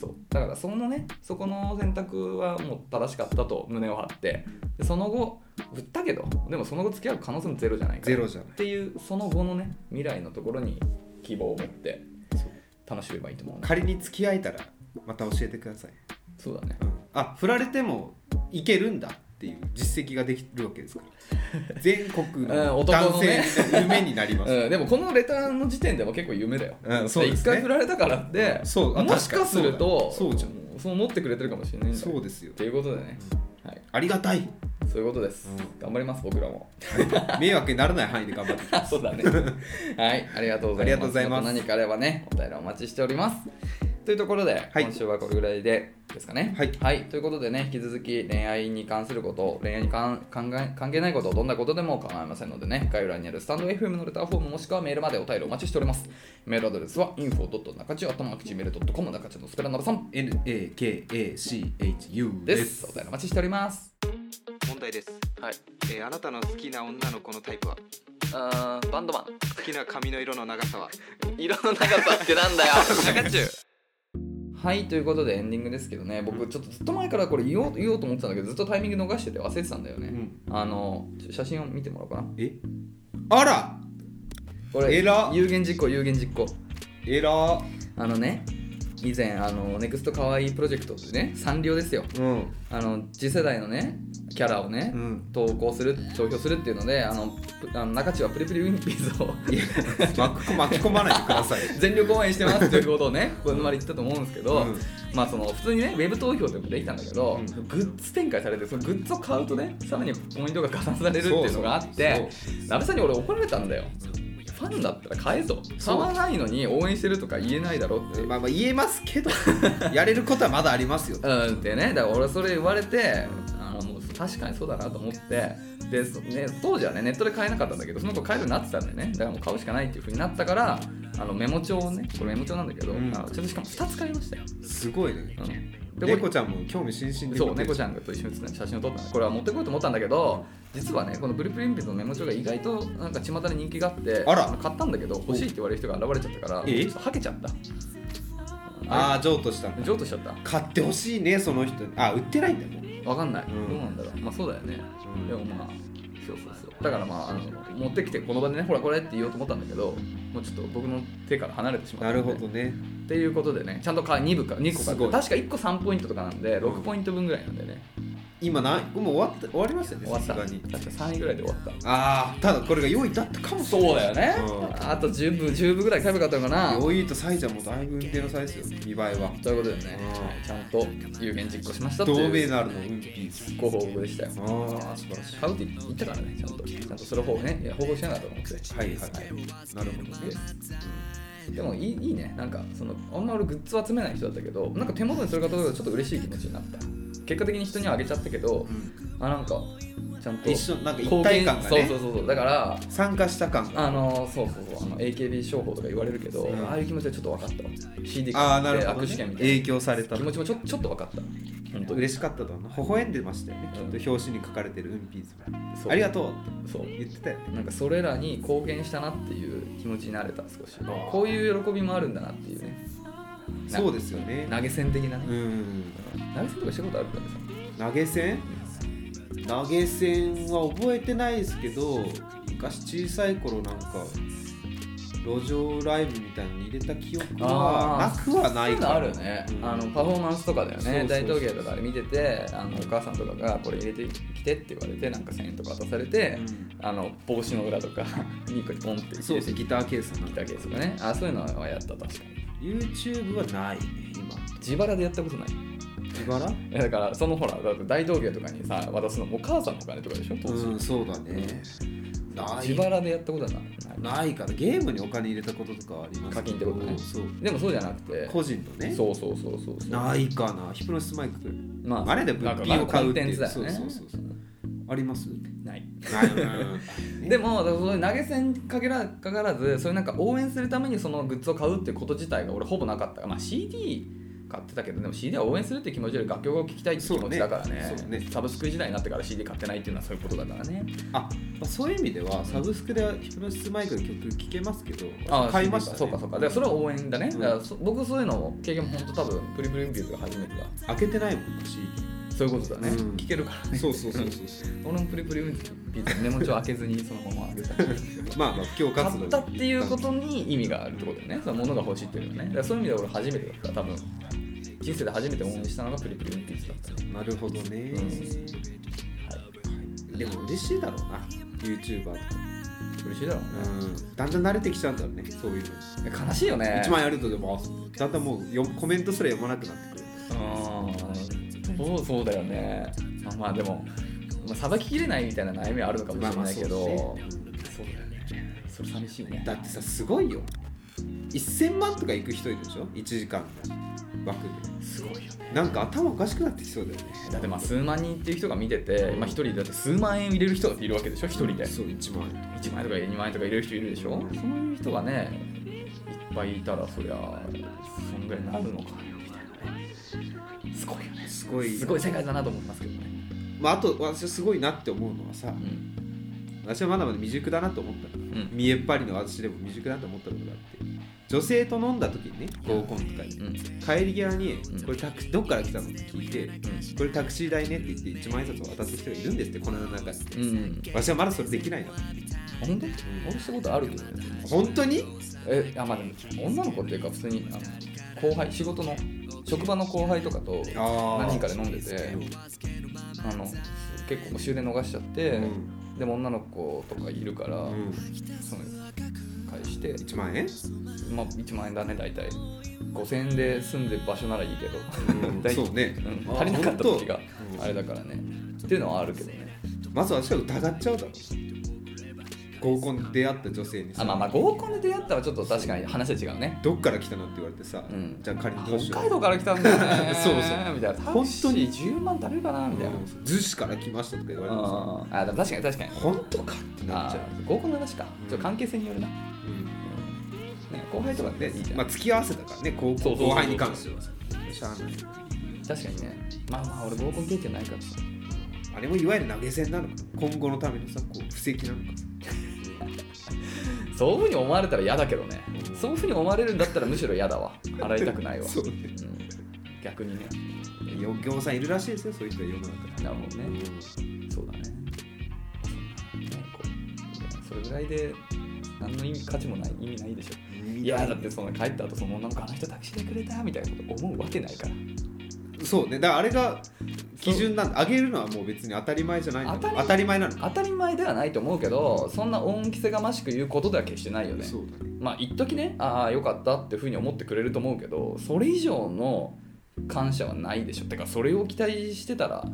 Speaker 2: そうだからそのねそこの選択はもう正しかったと胸を張ってでその後売ったけどでもその後付き合う可能性もゼロじゃないから
Speaker 1: ゼロじゃない
Speaker 2: っていうその後のね未来のところに希望を持って
Speaker 1: そう
Speaker 2: 楽しめばいいと思うね
Speaker 1: 仮に付き合えたらまた教えてください、
Speaker 2: そうだね
Speaker 1: うん、あ振られてもいけるんだっていう実績ができるわけですから 全国
Speaker 2: うん
Speaker 1: の
Speaker 2: 男の
Speaker 1: 男性
Speaker 2: ね
Speaker 1: の夢になります、
Speaker 2: うん、でもこのレターの時点でも結構夢だよ。
Speaker 1: うんそうですね
Speaker 2: 一回振られたからって、
Speaker 1: そうあ
Speaker 2: もしかすると
Speaker 1: 確かにそうだそうじゃ
Speaker 2: そう思ってくれてるかもしれないんだよ
Speaker 1: そうですよ
Speaker 2: っていうことでね、はい、
Speaker 1: ありがたい
Speaker 2: そういうことです。
Speaker 1: うん
Speaker 2: 頑張ります、僕らも。
Speaker 1: 迷惑にならない範囲で頑張っていきま す
Speaker 2: そうだ ね。はい、ありがとうございます。
Speaker 1: ありがとうございます
Speaker 2: た何かあればね、お便りお待ちしております。というところで、
Speaker 1: はい
Speaker 2: 今週はこれぐらいでですかね。
Speaker 1: はい
Speaker 2: ということでね、引き続き恋愛に関すること、恋愛にかん関係関係ないこと、どんなことでも構いませんのでね、概要欄にあるスタンド FM のレターフォームもしくはメールまでお便りお待ちしております。メールアドレスは info.nakachu.gmail.com 中中のスペラナバさん
Speaker 1: NAKACHU
Speaker 2: で。
Speaker 1: ですす
Speaker 2: お便りお待ちしております。
Speaker 3: 問題です、
Speaker 2: はい。
Speaker 3: えーあなたの好きな女の子のタイプは
Speaker 2: あーバンドマン。
Speaker 3: 好きな髪の色の長さは
Speaker 2: 色の長さってなんだよ中中はいということでエンディングですけどね僕ちょっとずっと前からこれ言おう言おうと思ってたんだけどずっとタイミング逃してて忘れてたんだよね、
Speaker 1: うん
Speaker 2: あのちょ写真を見てもらおうかな
Speaker 1: えあら
Speaker 2: これ
Speaker 1: 偉っ
Speaker 2: 有言実行有言実行
Speaker 1: えら
Speaker 2: あのね以前あのネクストかわいいプロジェクトでねサンリオですよ
Speaker 1: うん
Speaker 2: あの次世代のねキャラをね、
Speaker 1: うん
Speaker 2: 投稿する投票するっていうのであのぷあの中地はプリプリウィンピースを
Speaker 1: 巻き込巻き込まないでください
Speaker 2: 全力応援してますということをねこのまで言ったと思うんですけど、
Speaker 1: うん
Speaker 2: ま あその普通にねウェブ投票でもできたんだけど、
Speaker 1: うん
Speaker 2: グッズ展開されてそのグッズを買うとねさらにポイントが加算されるっていうのがあっ
Speaker 1: そう
Speaker 2: て
Speaker 1: そう
Speaker 2: 安部さんに俺怒られたんだよファンだったら買えと買わないのに応援してるとか言えないだろって
Speaker 1: まあまあ言えますけ どやれることはまだありますよ
Speaker 2: うんってねだから俺それ言われてあのもう確かにそうだなと思ってで、そね、当時はねネットで買えなかったんだけどその子買えるようになってたんでねだからもう買うしかないっていうふうになったからあのメモ帳をねこれメモ帳なんだけど、
Speaker 1: うん
Speaker 2: あのちょっとしかも2つ買いましたよ、
Speaker 1: すごいね
Speaker 2: うん、でこれ
Speaker 1: 猫ちゃんも興味津々で
Speaker 2: そう猫ち
Speaker 1: ゃん
Speaker 2: ゃんがと一緒に写真を撮ったのこれは持ってこようと思ったんだけど実はねこのブループリンピットのメモ帳が意外となんか巷で人気があって
Speaker 1: あら
Speaker 2: の買ったんだけど欲しいって言われる人が現れちゃったから
Speaker 1: え
Speaker 2: ちょっとはけちゃった
Speaker 1: ああ譲渡したんだ
Speaker 2: 譲渡しちゃった
Speaker 1: 買ってほしいねその人あ売ってないんだもん
Speaker 2: わかんない、
Speaker 1: うん
Speaker 2: どうなんだろうまあそうだよね、
Speaker 1: うん
Speaker 2: でもまあそうそうそうだからまああの持ってきてこの場でねほらこれって言おうと思ったんだけどもうちょっと僕の手から離れてしまった
Speaker 1: なん
Speaker 2: で
Speaker 1: るほどね
Speaker 2: っていうことでねちゃんとか2部か2個
Speaker 1: す
Speaker 2: か
Speaker 1: ご
Speaker 2: 確
Speaker 1: い
Speaker 2: か1個3ポイントとかなんで6ポイント分ぐらいなんでね
Speaker 1: 今なもう終わった終わりましたよね
Speaker 2: 終わった
Speaker 1: さ
Speaker 2: 確
Speaker 1: すがに
Speaker 2: か3位ぐらいで終わった
Speaker 1: ああただこれが用意だったかもしれない
Speaker 2: そうだよね、
Speaker 1: うん
Speaker 2: あと10分10分ぐらい食べかったのかな
Speaker 1: 用意とサイちゃんもだいぶ運転の差ですよ見栄えは
Speaker 2: ということでね、
Speaker 1: う
Speaker 2: ちゃんと有言実行しましたって
Speaker 1: 同
Speaker 2: い
Speaker 1: ベ
Speaker 2: う
Speaker 1: ナルの運ピース
Speaker 2: ご報告でしたよ
Speaker 1: ああ素晴らしい
Speaker 2: 買うって言ったからねちゃんとちゃんとそれを報告ねいや報告しなかったと思って
Speaker 1: はいはいはいなるほどね
Speaker 2: でもいいいいねなんかそのあんま俺グッズを集めない人だったけどなんか手元にそれが届くとちょっと嬉しい気持ちになった結果的に人にはあげちゃったけどあなんかちゃんと
Speaker 1: 一緒なんか一体感が
Speaker 2: 貢献
Speaker 1: ね
Speaker 2: そうそうそうそうだから
Speaker 1: 参加した感が
Speaker 2: あのそうそうそうあの AKB 商法とか言われるけど、
Speaker 1: うん
Speaker 2: ああいう気持ちはちょっと分かったわ CD
Speaker 1: あ
Speaker 2: 買
Speaker 1: あな
Speaker 2: っ
Speaker 1: る
Speaker 2: て
Speaker 1: ほど、
Speaker 2: 握手券
Speaker 1: ね、
Speaker 2: みたい
Speaker 1: 影
Speaker 2: な
Speaker 1: 響された
Speaker 2: 気持ちもちょちょっと分かった本当
Speaker 1: 嬉しかったと思う微笑んでましたよねきっ
Speaker 2: うん
Speaker 1: と表紙に書かれてる運ピース
Speaker 2: そう
Speaker 1: ありがとうって
Speaker 2: そう
Speaker 1: 言ってたよね
Speaker 2: なんかそれらに貢献したなっていう気持ちになれた少し
Speaker 1: ああ
Speaker 2: こういう喜びもあるんだなっていうねな
Speaker 1: そうですよね
Speaker 2: 投げ銭的なね、
Speaker 1: うん
Speaker 2: 投げ銭とかしたことあるからさ
Speaker 1: 投げ銭投げ銭は覚えてないですけど昔小さい頃なんか路上ライブみたいに入れた記憶は
Speaker 2: あー
Speaker 1: なくはな
Speaker 2: そうい
Speaker 1: いうか
Speaker 2: の
Speaker 1: ら
Speaker 2: あるね、
Speaker 1: うん
Speaker 2: あのパフォーマンスとかだよね
Speaker 1: そうそうそう
Speaker 2: 大道芸とかで見ててあのお母さんとかがこれ入れてきてって言われてなんか1000円とか渡されて、あの帽子の裏とか 2個にポンって入れ
Speaker 1: そうです
Speaker 2: て
Speaker 1: ね
Speaker 2: き
Speaker 1: ギターケースなんか
Speaker 2: たけとかねあそういうのはやった確かに
Speaker 1: YouTube はないね
Speaker 2: 自腹でやったことない
Speaker 1: 今自腹
Speaker 2: いやだからそのほらだって大道芸とかにさ渡すのもお母さんのお金とかでしょ当時、
Speaker 1: うんそうだねな
Speaker 2: 自
Speaker 1: い
Speaker 2: 腹でやったことはない
Speaker 1: ないからゲームにお金入れたこととかはあります
Speaker 2: 課金ってことね
Speaker 1: そう
Speaker 2: でもそうじゃなくて
Speaker 1: 個人のね
Speaker 2: そうそうそうそうそう
Speaker 1: ないかなヒプノシスマイク
Speaker 2: ま
Speaker 1: あれで物品を買うっていう
Speaker 2: なんかまあコンテンツだよね
Speaker 1: そうそうそうそうあります
Speaker 2: ない
Speaker 1: ないない
Speaker 2: でもだからそういう投げ銭かけらかからずそういうなんか応援するためにそのグッズを買うってこと自体が俺ほぼなかったまあ CD 買ってたけどでも CD は応援するって気持ちより楽曲を聴きたいって気持ちだからね
Speaker 1: そうねそうね
Speaker 2: サブスク時代になってから CD 買ってないっていうのはそういうことだからね
Speaker 1: あ、まあ、そういう意味ではサブスクでヒプノシスマイクの曲聴けますけど
Speaker 2: あ
Speaker 1: 買いました、ね、
Speaker 2: そうかそうかだからそれは応援だね、
Speaker 1: うん
Speaker 2: だからそ僕そういうのを経験も本当多分プリプリンピーズが初めてだ
Speaker 1: 開けてないも ん CD
Speaker 2: そういうことだね、
Speaker 1: うん
Speaker 2: 聞けるからね
Speaker 1: そうそうそうそう
Speaker 2: 俺もプリプリンピーズのメモ帳開けずにそのままあげた
Speaker 1: まあまあ今日
Speaker 2: 買
Speaker 1: 活動
Speaker 2: ったっていうことに意味があるってことだよね、その物が欲しいっていうのはね。だからそういう意味では俺初めてだった、多分人生で初めて応援したのがプリプリウンピースだった。
Speaker 1: なるほどね、はいでも嬉しいだろうな YouTuber とか、
Speaker 2: 嬉しいだろう
Speaker 1: うん、だんだん慣れてきちゃうんだろうねそういうの
Speaker 2: ね。悲しいよね。
Speaker 1: 1万円あるとでもあだんだんもうよコメントすら読まなくなってくる
Speaker 2: うんそうそうだよね。まあまあでも、まあ、さばききれないみたいな悩みはあるのかもしれないけど、
Speaker 1: まあまあ
Speaker 2: そうだよね。それ寂しいね。
Speaker 1: だってさすごいよ1000万とか行く人いるでしょ1時間の枠
Speaker 2: すごいよね。
Speaker 1: でなんか頭おかしくなってきそうだよね
Speaker 2: だってまあ数万人っていう人が見てて、まあ一人だって数万円入れる人だっているわけでしょ、一人で。
Speaker 1: そう1万円
Speaker 2: 1万円とか2万円とか入れる人いるでしょそういう人がねいっぱいいたらそりゃそんぐらいになるのかよみたいなねすごいよね
Speaker 1: すごい
Speaker 2: すごい世界だなと思いますけどね、
Speaker 1: まあ、あと私はすごいなって思うのはさ
Speaker 2: うん
Speaker 1: 私はまだまだ未熟だなと思ったの
Speaker 2: うん、
Speaker 1: 見えっ張りの私でも未熟だなと思ったことがあって女性と飲んだ時にね合コンとかで
Speaker 2: うん
Speaker 1: 帰り際に
Speaker 2: ん
Speaker 1: 「これタクシーどっから来たの?」って聞いて「これタクシー代ね」って言って一万円札を渡す人がいるんですってこの世の中に
Speaker 2: うん、うん、
Speaker 1: わしはまだそれできないの
Speaker 2: あ本当俺したことあるけどね
Speaker 1: 本当に
Speaker 2: えあまあでも女の子っていうか普通にあの後輩仕事の職場の後輩とかと
Speaker 1: あ
Speaker 2: 何人かで飲んでてあの結構終電逃しちゃって、
Speaker 1: うん
Speaker 2: でも女の子とかいるから、
Speaker 1: うん
Speaker 2: その返して、
Speaker 1: 1万円
Speaker 2: まあ、1万円だね大体5000円で住んでる場所ならいいけど、
Speaker 1: うん
Speaker 2: 大体
Speaker 1: そうね
Speaker 2: うん
Speaker 1: あー
Speaker 2: 足りなかった時が
Speaker 1: 本当うん
Speaker 2: あれだからね、っていうのはあるけどね
Speaker 1: まず私は疑っちゃうだろ合コンで出会った女性にさ
Speaker 2: あまあまあ合コンで出会ったらちょっと確かに話は違うね
Speaker 1: どっから来たのって言われてさ、
Speaker 2: うん
Speaker 1: じゃあ仮にどうしよ
Speaker 2: 北
Speaker 1: う
Speaker 2: 海道から来たんだよね
Speaker 1: そうそう
Speaker 2: みたいな
Speaker 1: 本
Speaker 2: タ
Speaker 1: 当に
Speaker 2: クシー10万足りるかなみたいな、
Speaker 1: うん逗子から来ましたとか言われても
Speaker 2: あーあでも確かに確かに
Speaker 1: さ本当かってなっ
Speaker 2: あ
Speaker 1: ちゃう、
Speaker 2: ー合コンの話か
Speaker 1: うん
Speaker 2: ちょっと関係性によるな、ね、
Speaker 1: うん
Speaker 2: 後輩とかでいいじ
Speaker 1: で
Speaker 2: ゃん、
Speaker 1: まあ付き合わせだからね高
Speaker 2: そうそう
Speaker 1: 校
Speaker 2: そう
Speaker 1: 後輩に関してはしゃあない
Speaker 2: 確かにねまあまあ俺合コン経験ないからさ
Speaker 1: あれもいわゆる投げ銭なのか今後のためのさこう布石なのか
Speaker 2: そういうふうに思われたら嫌だけどねそういうふうに思われるんだったらむしろ嫌だわ洗いたくないわ
Speaker 1: そうね
Speaker 2: うん逆にね
Speaker 1: よぎょうさんいるらしいですよそういう人は世の中に
Speaker 2: なるほどねそうだねねこうそれぐらいで何の意味価値もない意味ないでしょ
Speaker 1: うん
Speaker 2: いやだってその帰った後その女の子あの人タクシーでくれたみたいなこと思うわけないから
Speaker 1: そうねだからあれが基準なんだ上げるのはもう別に当たり前じゃないんだ
Speaker 2: 当たり前
Speaker 1: 当たり前なのか
Speaker 2: 当たり前ではないと思うけどそんな恩着せがましく言うことでは決してないよね
Speaker 1: そうだね
Speaker 2: まあ一時ねああよかったっていうふうに思ってくれると思うけどそれ以上の感謝はないでしょてかそれを期待してたら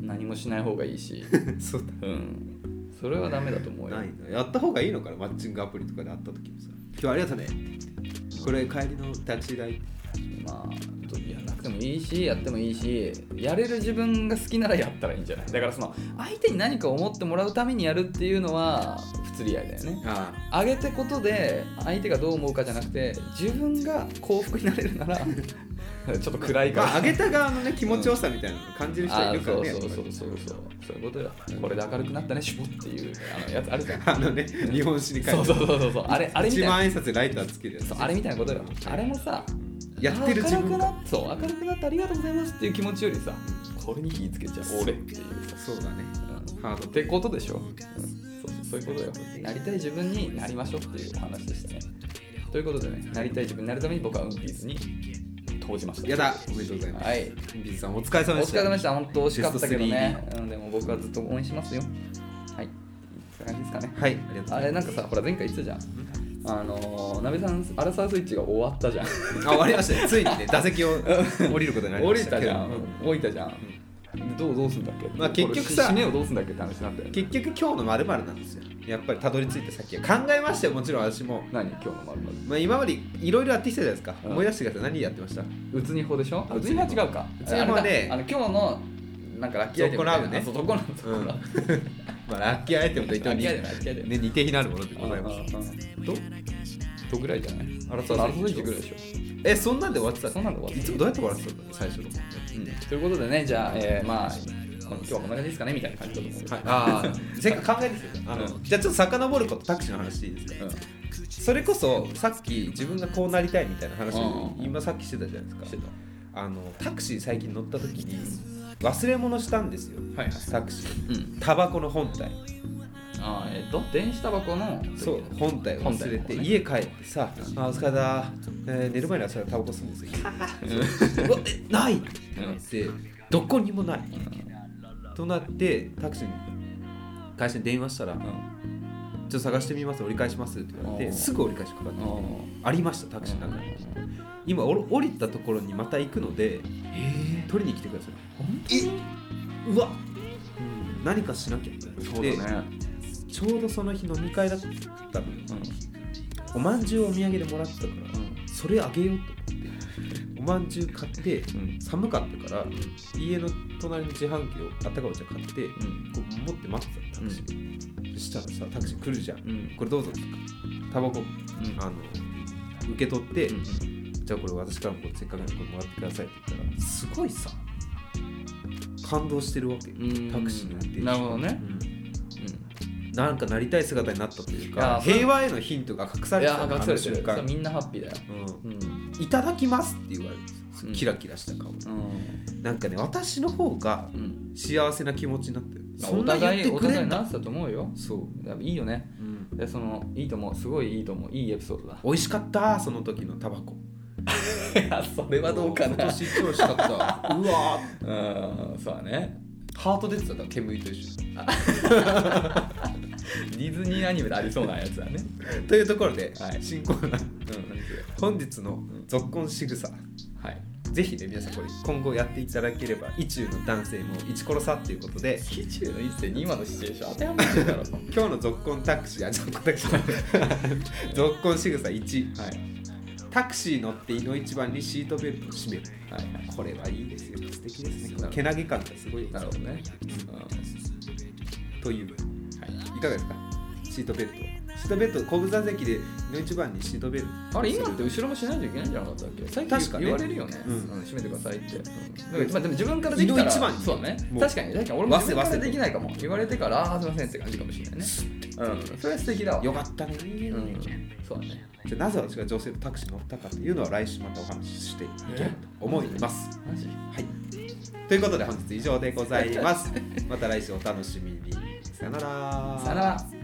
Speaker 2: 何もしない方がいい し
Speaker 1: そうだ
Speaker 2: うんそれはダメだと思うよ
Speaker 1: ないなやった方がいいのかなマッチングアプリとかで会った時もさ「今日はありがとうね」これ帰りのタクシー代
Speaker 2: まあやらなくてもいいしやってもいいしやれる自分が好きならやったらいいんじゃないだからその相手に何か思ってもらうためにやるっていうのは不釣り合いだよね
Speaker 1: あ
Speaker 2: 上げてことで相手がどう思うかじゃなくて自分が幸福になれるなら ちょっと暗いから、
Speaker 1: まあ上げた側のね気持ちよさみたいなの感じる人
Speaker 2: あ
Speaker 1: はいるからね
Speaker 2: あそうそう
Speaker 1: や
Speaker 2: そ
Speaker 1: っ
Speaker 2: う
Speaker 1: ぱり
Speaker 2: そうそうそういうことよこれで明るくなったねしぼっていうあのやつあるじゃん
Speaker 1: あのね日本史に書いて
Speaker 2: そうそうそうそうそうあれあれみたい
Speaker 1: 1
Speaker 2: な
Speaker 1: 万円札でライターつけるやつ
Speaker 2: そうあれみたいなことよあれもさ
Speaker 1: やってる自
Speaker 2: 明るく
Speaker 1: 分が
Speaker 2: なっそう明るくなってありがとうございますっていう気持ちよりさこれに火つけちゃう俺っていうさ
Speaker 1: そうだね
Speaker 2: うん
Speaker 1: ハード
Speaker 2: ってことでしょ、うんそうそうそういうことよなりたい自分になりましょうっていう話でしたねということでねなりたい自分になるために僕はウンピースに投じました
Speaker 1: やだおめでとうございます
Speaker 2: はい
Speaker 1: ビズさんお疲れ様
Speaker 2: お
Speaker 1: でし
Speaker 2: 疲
Speaker 1: た
Speaker 2: れ様でした。本当惜しかったけど
Speaker 1: ベ
Speaker 2: ね。うん、でも僕はずっと応援しますよ。はい。そんな感じですかね。
Speaker 1: はいありがとうござ
Speaker 2: あ
Speaker 1: い
Speaker 2: れ、なんかさ、ほら、前回言ってたじゃん。あのー、なべさん、アラサースイッチが終わったじゃん。
Speaker 1: ますあ終わりましたねついにね打席を降りることになり
Speaker 2: 降
Speaker 1: ま
Speaker 2: り
Speaker 1: した
Speaker 2: た
Speaker 1: け
Speaker 2: じ
Speaker 1: ど
Speaker 2: ゃん。降りたじゃん。どうどうすんだっけ、
Speaker 1: まあ結局さ
Speaker 2: これ締めをどうすんだっけって話になったよね。
Speaker 1: 結局今日のまるなんですよやっぱりたどり着いてさっきは考えましたよもちろん私も、
Speaker 2: 何今日のまるまる。
Speaker 1: まあ、今までいろいろやってきたじゃないですか、
Speaker 2: うん
Speaker 1: 思い出してください何やってました
Speaker 2: うつにほでしょ
Speaker 1: あ
Speaker 2: うつにほは違うか。
Speaker 1: うつにほで
Speaker 2: あれだあの、今日の、なんかラッキーアイテムみたいな。
Speaker 1: ゾ
Speaker 2: あそう
Speaker 1: う
Speaker 2: ゾコ
Speaker 1: ん
Speaker 2: ラム、
Speaker 1: まあラッキーアイテムと
Speaker 2: ゾ
Speaker 1: 言
Speaker 2: コ
Speaker 1: っ
Speaker 2: ラム。ラッ
Speaker 1: ても
Speaker 2: キーアイテム、ラッキーアイ
Speaker 1: ね
Speaker 2: テム。
Speaker 1: 似て非なるものでござい
Speaker 2: あ
Speaker 1: ま
Speaker 2: あ
Speaker 1: す
Speaker 2: あととぐらいじゃない
Speaker 1: アラサ
Speaker 2: そ
Speaker 1: ー
Speaker 2: う
Speaker 1: スイッチ
Speaker 2: アラサースイッチぐらいでしょ。
Speaker 1: えそんなんで終わってたの
Speaker 2: そんなんで終わって
Speaker 1: い
Speaker 2: た
Speaker 1: つもどうやって終わってたんだろう最初の
Speaker 2: ということでね、じゃあ、えーまあ、この今日はこんな感じですかねみたいな感じだと思うんで
Speaker 1: はい、ああせっかく考えてきたあの、
Speaker 2: うん
Speaker 1: じゃあちょっと遡ることタクシーの話でいいですか
Speaker 2: う
Speaker 1: それこそさっき自分がこうなりたいみたいな話を
Speaker 2: うん
Speaker 1: 今さっきしてたじゃないで
Speaker 2: ん、
Speaker 1: す
Speaker 2: して
Speaker 1: か
Speaker 2: た。
Speaker 1: あのタクシー最近乗った時に忘れ物したんですよ
Speaker 2: はいはい。
Speaker 1: タクシー
Speaker 2: うん。
Speaker 1: タバコの本体
Speaker 2: あーえっ、と、電子タバコの、
Speaker 1: そう本体を忘れて
Speaker 2: 本体の方ね
Speaker 1: 家帰ってさ「あお疲れだ、えー寝る前にはそれタバコ吸うんですよ」 うわえない!」ってなってどこにもないとなってタクシーに会社に電話したら「ち
Speaker 2: う
Speaker 1: ょっ
Speaker 2: ん。
Speaker 1: と探してみます折り返します」って言われ
Speaker 2: う
Speaker 1: て
Speaker 2: ん
Speaker 1: すぐ折り返しかかって
Speaker 2: うん
Speaker 1: ありましたタクシーの中に今おろ降りたところにまた行くので
Speaker 2: え
Speaker 1: 取りに来てください
Speaker 2: ー、本当に
Speaker 1: うわ、何かしなきゃ
Speaker 2: そうだね。
Speaker 1: でちょうどその日飲み会だったのよ
Speaker 2: うん。
Speaker 1: おまんじゅうをお土産でもらってたから
Speaker 2: う
Speaker 1: それあげようと思っておまんじゅう買って
Speaker 2: ん。
Speaker 1: 寒かったから家の隣の自販機をあったかいお茶買ってこ
Speaker 2: うん。
Speaker 1: う持って待ってたのタクシー、そしたらさタクシー来るじゃん
Speaker 2: うん。うん。
Speaker 1: これどうぞとかタバコあの受け取って、じゃあこれ私からもこれせっかくなんでこれもらってくださいって言ったらすごいさ感動してるわけ、
Speaker 2: うん。
Speaker 1: タクシーの運転手
Speaker 2: なるほどね。
Speaker 1: うん
Speaker 2: うん。
Speaker 1: なんかなりたい姿になったという
Speaker 2: いや
Speaker 1: か
Speaker 2: ーそう
Speaker 1: 平和へのヒントが隠さ
Speaker 2: い
Speaker 1: れて
Speaker 2: や
Speaker 1: た
Speaker 2: ー
Speaker 1: の
Speaker 2: 隠
Speaker 1: あ
Speaker 2: さ
Speaker 1: の
Speaker 2: れてる
Speaker 1: 瞬
Speaker 2: それ
Speaker 1: 間
Speaker 2: みんなハッピーだよ
Speaker 1: う
Speaker 2: うん
Speaker 1: んいただきますって言われるんです
Speaker 2: うん
Speaker 1: よキラキラした顔
Speaker 2: うん
Speaker 1: なんかね私の方が
Speaker 2: うん
Speaker 1: 幸せな気持ちになってるそ
Speaker 2: お
Speaker 1: んな言っ
Speaker 2: 互い
Speaker 1: て
Speaker 2: お
Speaker 1: くれ
Speaker 2: 互い
Speaker 1: ん
Speaker 2: な
Speaker 1: だ
Speaker 2: ってたと思うよ
Speaker 1: そう
Speaker 2: やっぱいいよね
Speaker 1: うん
Speaker 2: でそのいいと思うすごいいいと思ういいエピソードだ
Speaker 1: 美味しかったその時のタバコ
Speaker 2: いやそれはどうか
Speaker 1: 今
Speaker 2: な
Speaker 1: 年一番美味しかったう わー
Speaker 2: うんそうだね
Speaker 1: ハート出てたから煙と一緒
Speaker 2: ディズニーアニメでありそうなやつだね
Speaker 1: にというところで、
Speaker 2: はい
Speaker 1: 新コーナー
Speaker 2: うん
Speaker 1: 本日の「ぞっこんしぐさ」
Speaker 2: はい
Speaker 1: ぜひね皆さんこれ今後やっていただければ意中の男性も一殺さっていうことで
Speaker 2: 基中の一世に今のシチュエーション当てはまってるだろは
Speaker 1: 今日のぞっこんタクシーあぞっこんタクシーぞっこんしぐさ1
Speaker 2: い
Speaker 1: タクシー乗って井の一番にシートベルトを締める
Speaker 2: はいはい
Speaker 1: これはいいですよ素敵ですね
Speaker 2: なるほど
Speaker 1: けなげ感がすごいよ
Speaker 2: なるほどね、うんは
Speaker 1: という
Speaker 2: い、
Speaker 1: いかがですかシートベルトシートベルト後部座席で井の一番にシートベルト
Speaker 2: あれ今って後ろもしないといけないんじゃなかったっけ最
Speaker 1: 確
Speaker 2: 近
Speaker 1: かね
Speaker 2: 言われるよね
Speaker 1: うん
Speaker 2: うん閉めてくださいって、うんまあ、でも自分からできた
Speaker 1: 井
Speaker 2: ら
Speaker 1: の一番に
Speaker 2: そうだね
Speaker 1: もう
Speaker 2: 確かに確かに俺も
Speaker 1: 忘
Speaker 2: 自
Speaker 1: れ
Speaker 2: 分か
Speaker 1: 忘
Speaker 2: ら
Speaker 1: れ
Speaker 2: できないかも言われてからああーすいませんって感じかもしれないねうんそれは素敵だわ
Speaker 1: よかったねー、
Speaker 2: うんそうだね
Speaker 1: じゃあなぜ私が女性とタクシーに乗ったかというのは来週またお話ししていけると思います、
Speaker 2: マジ
Speaker 1: はい。ということで本日以上でございます。また来週お楽しみに。さよなら。
Speaker 2: さよなら